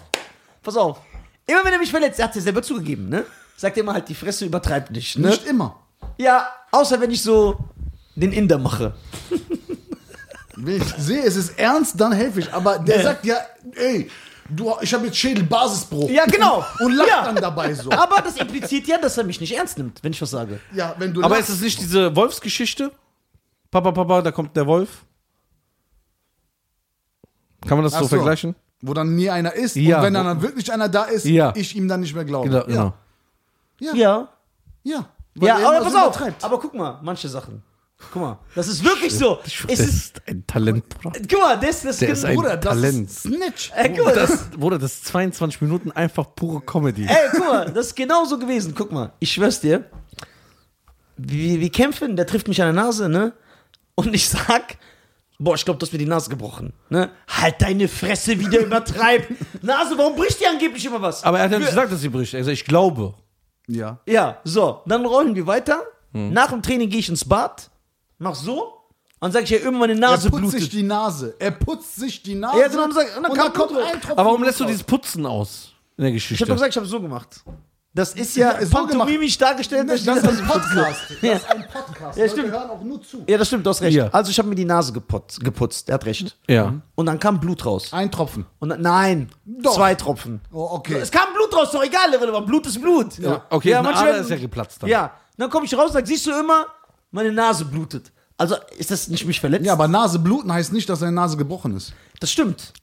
Speaker 1: Pass auf. Immer wenn er mich verletzt, er hat es ja selber zugegeben, ne? Sagt er immer halt, die Fresse übertreibt nicht, ne?
Speaker 3: Nicht immer.
Speaker 1: Ja, außer wenn ich so den Inder mache.
Speaker 3: Wenn ich sehe, es ist ernst, dann helfe ich. Aber der
Speaker 1: Ja.
Speaker 3: sagt ja, ey, du, ich habe jetzt Schädelbasisbruch.
Speaker 1: Ja, genau.
Speaker 3: Und lacht
Speaker 1: Ja.
Speaker 3: dann dabei so.
Speaker 1: Aber das impliziert ja, dass er mich nicht ernst nimmt, wenn ich was sage.
Speaker 3: Ja, wenn du
Speaker 2: Aber
Speaker 3: lachst,
Speaker 2: ist es nicht diese Wolfsgeschichte? Papa, Papa, da kommt der Wolf. Kann man das
Speaker 3: Ach
Speaker 2: so
Speaker 3: so.
Speaker 2: vergleichen?
Speaker 3: wo dann nie einer ist
Speaker 2: Ja.
Speaker 3: und wenn dann, dann wirklich einer da ist,
Speaker 2: Ja.
Speaker 3: ich ihm dann nicht mehr glaube.
Speaker 2: Genau,
Speaker 3: ja.
Speaker 2: genau.
Speaker 3: Ja. ja.
Speaker 1: Ja.
Speaker 3: ja. Weil
Speaker 1: Ja,
Speaker 3: er
Speaker 1: aber
Speaker 3: irgendwas
Speaker 1: pass auf.
Speaker 3: übertreibt.
Speaker 1: Aber guck mal, manche Sachen. Guck mal, das ist wirklich so. Es ist,
Speaker 2: ein Talent, Bruder.
Speaker 1: guck mal, das, das
Speaker 2: Der ist ein-
Speaker 3: Bruder, das
Speaker 2: Talent.
Speaker 3: ist Snitch.
Speaker 1: Ey, guck mal, das,
Speaker 2: Das, Bruder, das ist 22 Minuten einfach pure Comedy.
Speaker 1: ey, guck mal, das ist genauso gewesen. Guck mal, ich schwör's dir. Wir, wir kämpfen, der trifft mich an der Nase, ne? Und ich sag, boah, ich glaube, du hast mir die Nase gebrochen, ne? Halt deine Fresse wieder
Speaker 3: [laughs]
Speaker 1: übertreib. Nase, warum bricht die angeblich immer was?
Speaker 2: Aber er hat ja nicht
Speaker 1: Wir-
Speaker 2: gesagt, dass sie bricht. Er hat gesagt, ich glaube.
Speaker 3: Ja.
Speaker 1: Ja, so, dann rollen wir weiter.
Speaker 3: Hm.
Speaker 1: Nach dem Training gehe ich ins Bad, mach so und sag ich ja, irgendwann meine
Speaker 3: Er
Speaker 1: Nase
Speaker 3: putzt
Speaker 1: blutet.
Speaker 3: sich Also die Nase. Er putzt sich die Nase.
Speaker 1: Ja, genau, und sagt- und dann kam Blut raus.
Speaker 3: Tropfen
Speaker 2: Aber warum lässt du
Speaker 3: Blut
Speaker 2: dieses Putzen aus in der
Speaker 1: Ich
Speaker 2: Geschichte?
Speaker 1: hab doch gesagt, ich habe so gemacht. Das ist ja,
Speaker 3: Ja, ist so
Speaker 1: pantomimisch dargestellt.
Speaker 3: Das
Speaker 1: dass
Speaker 3: ist
Speaker 1: ich die Nase-
Speaker 3: ein Podcast. Das ist ein Podcast.
Speaker 1: Ja,
Speaker 3: Leute
Speaker 1: stimmt.
Speaker 3: hören auch nur zu.
Speaker 1: ja, das stimmt, du hast recht.
Speaker 2: Ja.
Speaker 1: Also ich habe mir die Nase geputzt, geputzt. Er hat recht.
Speaker 2: ja.
Speaker 1: Und dann kam Blut raus.
Speaker 3: Ein Tropfen.
Speaker 1: Und dann, nein,
Speaker 3: Ah. Doch.
Speaker 1: zwei Tropfen.
Speaker 3: Oh, okay.
Speaker 1: Es kam Blut raus, doch egal, aber Blut ist Blut.
Speaker 2: Okay,
Speaker 1: ja,
Speaker 2: eine
Speaker 1: manche
Speaker 2: Ader
Speaker 1: werden-
Speaker 2: ist ja geplatzt dann.
Speaker 1: Ja, dann komme ich raus und sag, siehst du immer, meine Nase blutet. Also ist das nicht mich verletzt?
Speaker 3: Ja, aber Nase bluten heißt nicht, dass deine Nase gebrochen ist.
Speaker 1: das stimmt.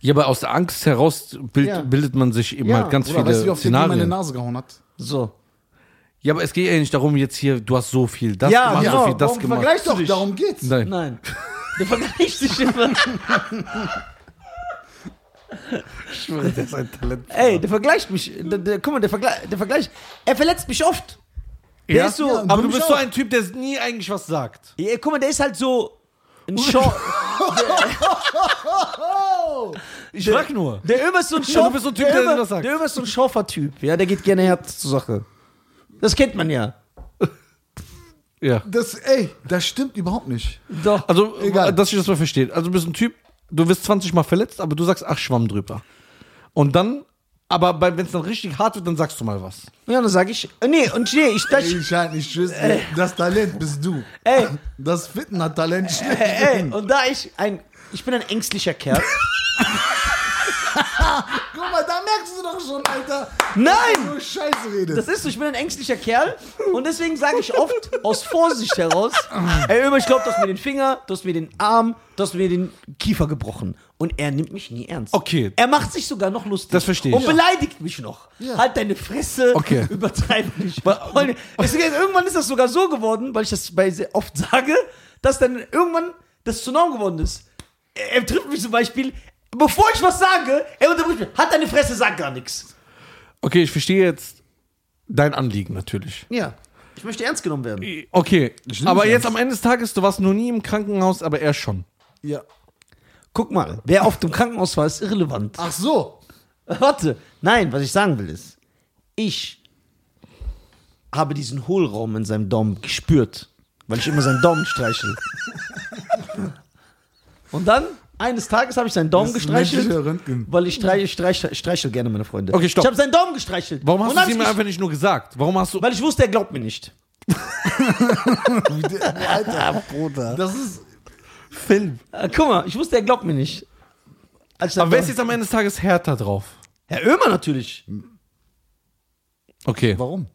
Speaker 2: Ja, aber aus der Angst heraus bild,
Speaker 1: Ja.
Speaker 2: bildet man sich eben
Speaker 1: Ja,
Speaker 2: halt ganz
Speaker 3: Oder
Speaker 2: viele
Speaker 3: weißt du, wie oft der Typ meine
Speaker 2: Szenarien.
Speaker 3: Nase gehauen hat?
Speaker 1: So.
Speaker 2: Ja, aber es geht ja nicht darum, jetzt hier, du hast so viel das
Speaker 1: Ja,
Speaker 2: gemacht,
Speaker 1: genau.
Speaker 2: so viel das
Speaker 1: Warum
Speaker 2: gemacht.
Speaker 1: vergleichst
Speaker 3: Weißt doch, darum geht's.
Speaker 2: Nein.
Speaker 1: Nein. Du vergleichst dich
Speaker 3: [laughs]
Speaker 1: immer.
Speaker 2: Der ist ein Talent.
Speaker 1: Ey, der vergleicht mich. Der, der, guck mal, der, Vergle der vergleicht. Er verletzt mich oft. Der
Speaker 2: Ja?
Speaker 1: ist so.
Speaker 3: Ja,
Speaker 2: Aber
Speaker 3: du
Speaker 2: du bist
Speaker 3: mich
Speaker 2: so
Speaker 3: auch.
Speaker 2: ein Typ, der nie eigentlich was sagt.
Speaker 1: Ja, guck mal, der ist halt so.
Speaker 3: [laughs]
Speaker 1: Ein Schor
Speaker 2: Ich frag nur.
Speaker 1: der immer ist so ein
Speaker 2: Ja,
Speaker 1: Schor
Speaker 2: du bist so ein Typ,
Speaker 1: der,
Speaker 2: der
Speaker 1: immer,
Speaker 2: das sagt.
Speaker 1: Der immer ist so ein Schorfer-Typ. Ja, der geht gerne Herz zur Sache. Das kennt man ja.
Speaker 2: Ja.
Speaker 3: Das, ey, das stimmt überhaupt nicht.
Speaker 1: Doch.
Speaker 2: Also,
Speaker 3: Egal.
Speaker 2: dass ich das mal verstehe. Also, du bist ein Typ, du wirst 20 Mal verletzt, aber du sagst, ach, Schwamm drüber. Und dann, aber wenn es dann richtig hart wird, dann sagst du mal was.
Speaker 1: Ja, dann sag ich. äh, Nee, und nee, ich. Das,
Speaker 3: Ich halt nicht wissen, das Talent bist du.
Speaker 1: ey,
Speaker 3: Das Fitten hat Talent schlecht.
Speaker 1: ey, äh, und da ich ein. Ich bin ein ängstlicher Kerl.
Speaker 3: Guck mal, da merkst du doch schon, Alter.
Speaker 1: Nein!
Speaker 3: Du Scheiße redest.
Speaker 1: Das ist so, ich bin ein ängstlicher Kerl und deswegen sage ich oft aus Vorsicht
Speaker 2: [laughs]
Speaker 1: heraus, ey, immer, ich glaube, du hast mir den Finger, du hast mir den Arm, du hast mir den Kiefer gebrochen. Und er nimmt mich nie ernst.
Speaker 2: Okay.
Speaker 1: Er macht sich sogar noch lustig.
Speaker 2: Das verstehe
Speaker 1: Und
Speaker 2: ich.
Speaker 1: beleidigt mich noch.
Speaker 3: Ja.
Speaker 1: Halt deine Fresse,
Speaker 2: Okay.
Speaker 1: übertreib nicht. Und deswegen, irgendwann ist das sogar so geworden, weil ich das bei sehr oft sage, dass dann irgendwann das zur Norm geworden ist. Er, er trifft mich zum Beispiel, bevor ich was sage, er unterbricht mich. Halt deine Fresse, sag gar nichts.
Speaker 2: Okay, ich verstehe jetzt dein Anliegen natürlich.
Speaker 1: Ja. Ich möchte ernst genommen werden.
Speaker 2: Okay,
Speaker 3: Ich nehme
Speaker 2: aber
Speaker 3: dich
Speaker 2: jetzt
Speaker 3: ernst.
Speaker 2: am Ende des Tages, du warst noch nie im Krankenhaus, aber er schon.
Speaker 3: Ja.
Speaker 1: Guck mal, wer auf dem Krankenhaus war, ist irrelevant.
Speaker 3: Ach
Speaker 1: [laughs]
Speaker 3: so.
Speaker 1: Warte, nein, was ich sagen will ist, ich habe diesen Hohlraum in seinem Daumen gespürt, weil ich immer seinen Daumen
Speaker 2: [laughs]
Speaker 1: streichel. Und dann, eines Tages habe ich seinen Daumen
Speaker 3: Das ist
Speaker 1: gestreichelt,
Speaker 3: menschlicher Röntgen.
Speaker 1: weil ich streich, streich, streichel gerne meine Freunde.
Speaker 2: Okay, stopp.
Speaker 1: Ich habe seinen Daumen gestreichelt.
Speaker 2: Warum
Speaker 1: Und
Speaker 2: hast
Speaker 1: dann
Speaker 2: du es ihm
Speaker 1: hab's
Speaker 2: einfach nicht nur gesagt? Warum hast du.
Speaker 1: gest- Weil ich wusste, er glaubt mir nicht.
Speaker 3: Alter, Bruder. Das ist.
Speaker 2: Film.
Speaker 1: Äh, guck mal, ich wusste, er glaubt mir nicht. Als ich
Speaker 2: Aber wer ist
Speaker 1: dann-
Speaker 2: jetzt am Ende des Tages härter drauf?
Speaker 1: Herr Oehmer natürlich.
Speaker 2: Okay.
Speaker 3: Warum?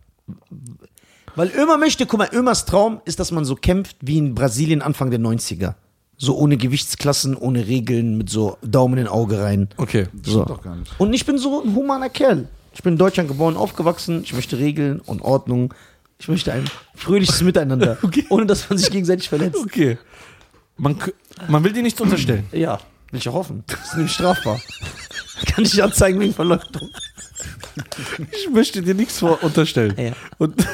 Speaker 1: Weil Ömer möchte, guck mal, Ömers Traum ist, dass man so kämpft wie in Brasilien Anfang der 90er. So ohne Gewichtsklassen, ohne Regeln, mit so Daumen in Auge rein.
Speaker 2: Okay.
Speaker 1: So.
Speaker 3: doch gar nicht.
Speaker 1: Und ich bin so ein humaner Kerl. Ich bin in Deutschland geboren, aufgewachsen. Ich möchte Regeln und Ordnung. Ich möchte ein fröhliches [laughs] Miteinander, ohne dass man sich gegenseitig verletzt.
Speaker 2: Okay. Man, k- man will dir nichts unterstellen.
Speaker 1: Ja, will ich auch hoffen. Das ist nämlich [laughs] strafbar. Kann ich dich anzeigen wegen Verleumdung.
Speaker 2: Ich möchte dir nichts vor unterstellen.
Speaker 1: Ah, Ja.
Speaker 2: Und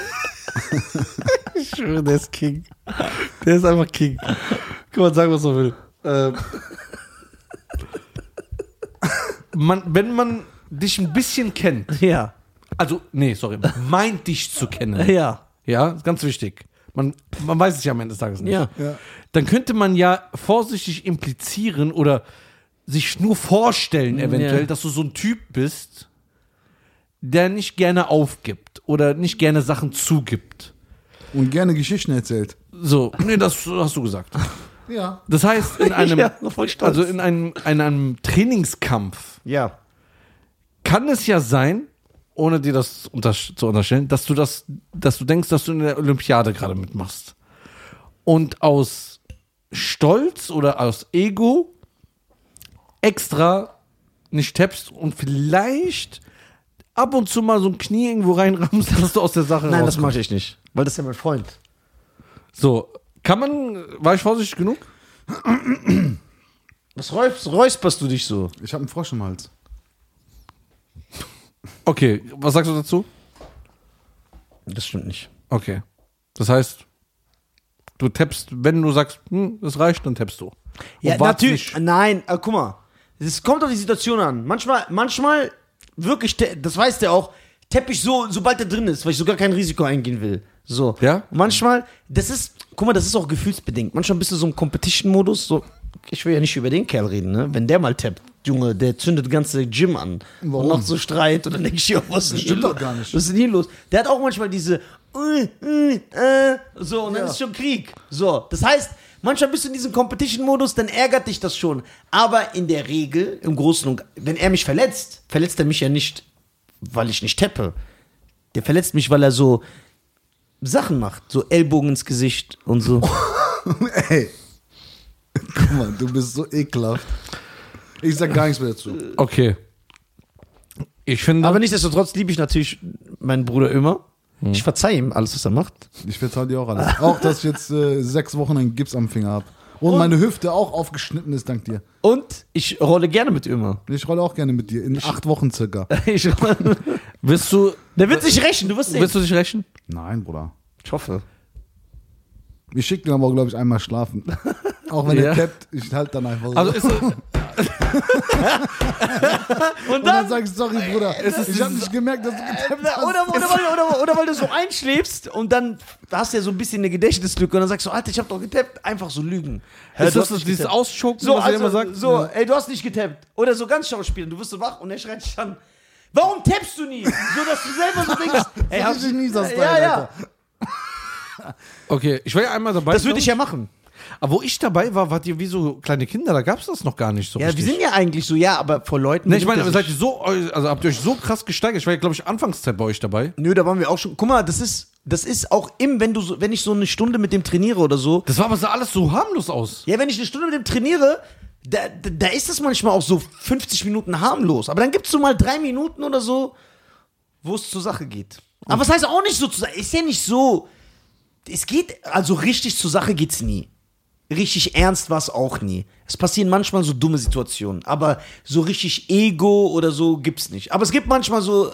Speaker 2: [laughs] ich schwöre, der ist King. Der ist einfach King. Kann man sagen, was man will. Ähm. Man, wenn man dich ein bisschen kennt,
Speaker 1: Ja,
Speaker 2: also, nee, sorry, meint dich zu kennen.
Speaker 1: ja.
Speaker 2: Ja, ist ganz wichtig. Man, man weiß es ja am Ende des Tages nicht.
Speaker 1: Ja.
Speaker 3: Ja.
Speaker 2: Dann könnte man ja vorsichtig implizieren oder sich nur vorstellen, eventuell,
Speaker 1: Ja.
Speaker 2: dass du so ein Typ bist, der nicht gerne aufgibt oder nicht gerne Sachen zugibt.
Speaker 3: Und gerne Geschichten erzählt.
Speaker 2: So, nee, das hast du gesagt.
Speaker 3: Ja.
Speaker 2: Das
Speaker 1: [laughs]
Speaker 2: heißt, in einem,
Speaker 1: Ja, voll stolz.
Speaker 2: also in einem, in einem Trainingskampf
Speaker 1: Ja.
Speaker 2: kann es ja sein, ohne dir das unter zu unterstellen, dass du das, dass du denkst, dass du in der Olympiade gerade mitmachst. Und aus Stolz oder aus Ego extra nicht tappst und vielleicht ab und zu mal so ein Knie irgendwo reinrammst, [laughs] dass du aus der Sache
Speaker 1: Nein, das
Speaker 2: rauskommst.
Speaker 1: mache ich nicht. Weil das ist ja mein Freund.
Speaker 2: So, kann man, war ich vorsichtig genug?
Speaker 1: Was räus- räusperst du dich so?
Speaker 3: Ich habe einen Frosch im Hals.
Speaker 2: Okay, was sagst du dazu?
Speaker 1: Das stimmt nicht.
Speaker 2: Okay. Das heißt, du tappst, wenn du sagst, hm, das reicht, dann tappst du. Und
Speaker 1: Ja,
Speaker 2: wartest
Speaker 1: natürlich.
Speaker 2: nicht.
Speaker 1: Nein, äh, guck mal. Es kommt auf die Situation an. Manchmal, manchmal wirklich, te- das weiß der auch, tepp ich so, sobald er drin ist, weil ich sogar kein Risiko eingehen will. So.
Speaker 2: Ja?
Speaker 1: Manchmal, das ist, guck mal, das ist auch gefühlsbedingt. Manchmal bist du so im Competition-Modus, so, ich will ja nicht über den Kerl reden, ne? Wenn der mal tappt, Junge, der zündet ganze Gym an.
Speaker 3: Warum?
Speaker 1: Und macht so Streit und dann denke ich, ja, was ist denn
Speaker 3: stimmt
Speaker 1: hier
Speaker 3: doch gar
Speaker 1: los?
Speaker 3: nicht.
Speaker 1: Was ist denn hier los? Der hat auch manchmal diese, äh, äh, äh, so, und dann
Speaker 3: Ja.
Speaker 1: ist schon Krieg. So, das heißt, manchmal bist du in diesem Competition-Modus, dann ärgert dich das schon. Aber in der Regel, im Großen und wenn er mich verletzt, verletzt er mich ja nicht, weil ich nicht teppe. Der verletzt mich, weil er so Sachen macht, so Ellbogen ins Gesicht und so.
Speaker 3: Ey. [laughs] Guck mal, du bist so ekelhaft. Ich sag gar nichts mehr dazu.
Speaker 2: Okay. Ich finde.
Speaker 1: [laughs] Aber nichtsdestotrotz liebe ich natürlich meinen Bruder immer. Ich verzeihe ihm alles, was er macht.
Speaker 3: Ich verzahle dir auch alles. Auch, dass ich jetzt äh, sechs Wochen einen Gips am Finger habe. Und, meine Hüfte auch aufgeschnitten ist, dank dir.
Speaker 1: Und ich rolle gerne mit immer.
Speaker 3: Ich rolle auch gerne mit dir. In acht Wochen circa.
Speaker 1: Ich rolle.
Speaker 2: willst du,
Speaker 1: Der wird sich rächen, du wirst sehen.
Speaker 2: willst du dich rächen?
Speaker 3: Nein, Bruder.
Speaker 1: Ich hoffe.
Speaker 3: Ich schicke den aber, glaube ich, einmal schlafen. Auch wenn
Speaker 2: Ja.
Speaker 3: er tappt, ich halte dann einfach so.
Speaker 2: Also ist,
Speaker 1: äh, Und
Speaker 3: und dann
Speaker 1: dann.
Speaker 3: sage ich, sorry, Bruder. ich habe nicht gemerkt, dass du getappt
Speaker 1: Na,
Speaker 3: hast.
Speaker 1: Oder, oder, weil- oder, oder weil du so einschläfst und dann hast du ja so ein bisschen eine Gedächtnislücke und dann sagst du, Alter, ich hab doch getappt. Einfach so lügen. Hä,
Speaker 2: ist
Speaker 1: du
Speaker 2: das,
Speaker 1: hast nicht
Speaker 2: dieses
Speaker 1: getappt.
Speaker 2: Ausschocken,
Speaker 1: So,
Speaker 2: was er
Speaker 1: also,
Speaker 2: immer sagt?
Speaker 1: so ey, du hast nicht getappt. Oder so ganz schauspielen. Du wirst so wach und er schreit dich an. Warum tappst du nie? So, dass du selber so denkst. [laughs] ey,
Speaker 3: So
Speaker 1: hab-
Speaker 3: richtig mieser Style,
Speaker 1: ja, ja.
Speaker 3: Alter.
Speaker 2: Okay, ich war ja einmal dabei.
Speaker 1: Das würde ich ja machen.
Speaker 2: Aber wo ich dabei war, wart ihr wie so kleine Kinder, da gab es das noch gar nicht so
Speaker 1: Ja,
Speaker 2: richtig.
Speaker 1: wir sind ja eigentlich so, ja, Ne, aber vor Leuten.
Speaker 2: Nee, ich meine,
Speaker 1: benimmt er
Speaker 2: seid
Speaker 1: sich.
Speaker 2: ihr so, also habt ihr euch so krass gesteigert? Ich war ja, glaube ich, Anfangszeit bei euch dabei.
Speaker 1: Nö, da waren wir auch schon. Guck mal, das ist, das ist auch im, wenn du so, wenn ich so eine Stunde mit dem trainiere oder so.
Speaker 2: Das war aber sah alles so harmlos aus.
Speaker 1: Ja, wenn ich eine Stunde mit dem trainiere, da, da, da ist das manchmal auch so 50 Minuten harmlos. Aber dann gibt's so mal drei Minuten oder so, wo es zur Sache geht. Aber was heißt auch nicht so zur Sache? Ist ja nicht so. Es geht, also richtig zur Sache geht's nie. Richtig ernst war's auch nie. Es passieren manchmal so dumme Situationen, aber so richtig Ego oder so gibt's nicht. Aber es gibt manchmal so,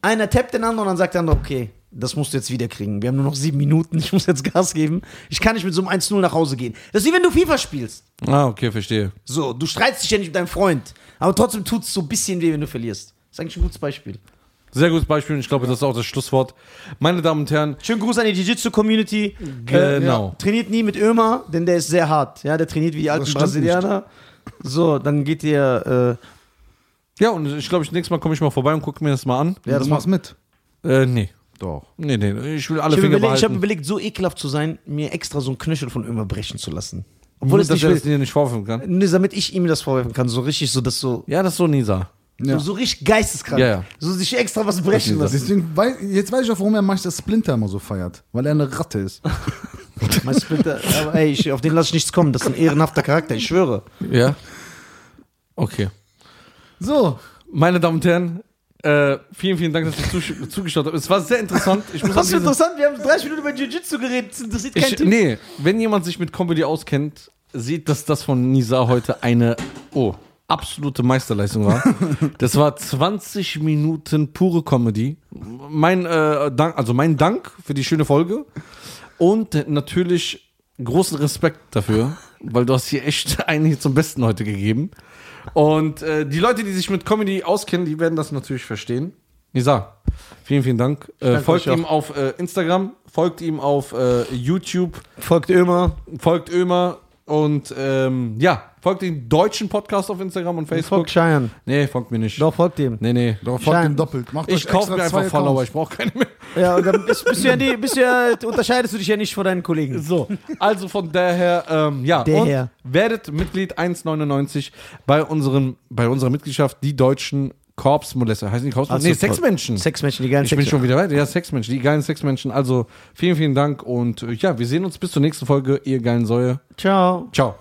Speaker 1: einer tappt den anderen und dann sagt der andere, okay, das musst du jetzt wieder kriegen. Wir haben nur noch sieben Minuten, ich muss jetzt Gas geben. Ich kann nicht mit so einem 1-0 nach Hause gehen. Das ist wie wenn du FIFA spielst.
Speaker 2: Ah, okay, verstehe.
Speaker 1: So, du streitst dich ja nicht mit deinem Freund, aber trotzdem tut's so ein bisschen weh, wenn du verlierst. Das ist eigentlich ein gutes Beispiel.
Speaker 2: Sehr gutes Beispiel und ich glaube, das ist auch das Schlusswort. Meine Damen und Herren,
Speaker 1: Schönen Gruß an die Jiu-Jitsu-Community.
Speaker 2: Genau.
Speaker 1: Äh, ja. Trainiert nie mit Ömer, denn der ist sehr hart. Ja, der trainiert wie die alten
Speaker 3: stimmt
Speaker 1: Brasilianer. So, dann geht ihr. äh,
Speaker 2: ja, und ich glaube, ich nächstes Mal komme ich mal vorbei und gucke mir das mal an.
Speaker 1: Äh, ja,
Speaker 3: du
Speaker 1: das
Speaker 3: machst
Speaker 1: macht.
Speaker 3: mit.
Speaker 2: Äh, nee.
Speaker 3: Doch.
Speaker 2: Nee, nee, ich will alle
Speaker 1: Ich habe
Speaker 2: Finger
Speaker 1: überlegt, ich hab
Speaker 2: behalten.
Speaker 1: überlegt, so ekelhaft zu sein, mir extra so ein Knöchel von Ömer brechen zu lassen. Obwohl
Speaker 2: Obwohl
Speaker 1: es
Speaker 2: dass
Speaker 1: nicht
Speaker 2: ich das
Speaker 1: will.
Speaker 2: dir nicht vorführen kann.
Speaker 1: Nur damit ich ihm das vorwerfen kann. So richtig, so das so.
Speaker 2: Ja, das ist so Nisa.
Speaker 3: Ja.
Speaker 1: So richtig geisteskrank.
Speaker 2: Ja, ja.
Speaker 1: So sich extra was brechen lassen.
Speaker 3: Deswegen, wei- jetzt weiß ich auch, warum er manchmal das Splinter immer so feiert. Weil er eine Ratte ist.
Speaker 1: Mein Splitter, aber ey, ich, auf den lasse ich nichts kommen. Das ist ein ehrenhafter Charakter, ich schwöre.
Speaker 2: Ja. Okay.
Speaker 3: So,
Speaker 2: Meine Damen und Herren, äh, vielen, vielen Dank, dass ihr zusch- [laughs] zugeschaut habt. Es war sehr interessant. Ich muss
Speaker 1: Das ist
Speaker 2: an diesen-
Speaker 1: interessant, wir haben 30 Minuten über Jiu-Jitsu geredet. Das interessiert kein
Speaker 2: ich,
Speaker 1: Typ.
Speaker 2: Nee, wenn jemand sich mit Comedy auskennt, sieht, dass das von Nisa heute eine oh, absolute Meisterleistung [laughs] war. Das war 20 Minuten pure Comedy. Mein, äh, Dank, also mein Dank für die schöne Folge und natürlich großen Respekt dafür, weil du hast hier echt einige zum Besten heute gegeben. Und äh, die Leute, die sich mit Comedy auskennen, die werden das natürlich verstehen. Nisa, vielen, vielen Dank. Äh,
Speaker 1: danke
Speaker 2: folgt
Speaker 1: euch
Speaker 2: ihm auf äh, Instagram, folgt ihm auf äh, YouTube,
Speaker 1: Folgt Ömer.
Speaker 2: folgt Ömer und ähm, ja, folgt den deutschen Podcast auf Instagram und Facebook.
Speaker 1: Folgt Cheyenne.
Speaker 2: Nee, folgt mir nicht.
Speaker 1: Doch, folgt ihm.
Speaker 2: Nee, nee.
Speaker 3: doch, folgt
Speaker 1: Schein.
Speaker 3: ihm doppelt. Macht
Speaker 2: Ich
Speaker 3: euch
Speaker 2: kaufe
Speaker 3: extra
Speaker 2: mir
Speaker 3: zwei
Speaker 2: einfach Follower,
Speaker 3: Accounts.
Speaker 2: ich brauche keine mehr.
Speaker 1: Ja, und dann bist, bist du ja die, bist du ja, unterscheidest du dich ja nicht von deinen Kollegen.
Speaker 2: So, also von daher, ähm, ja,
Speaker 1: Der
Speaker 2: und
Speaker 1: Herr.
Speaker 2: werdet Mitglied 1,99 bei, unserem, bei unserer Mitgliedschaft, die deutschen Korpsmolester. Heißen die Korpsmolester? nee, Sexmenschen.
Speaker 1: Also Sexmenschen, die geilen
Speaker 2: ich bin
Speaker 1: Sexmenschen.
Speaker 2: schon wieder weiter. Ja, Sexmenschen, die geilen Sexmenschen. Also vielen, vielen Dank und äh, ja, wir sehen uns bis zur nächsten Folge, ihr geilen Säue.
Speaker 1: Ciao.
Speaker 2: Ciao.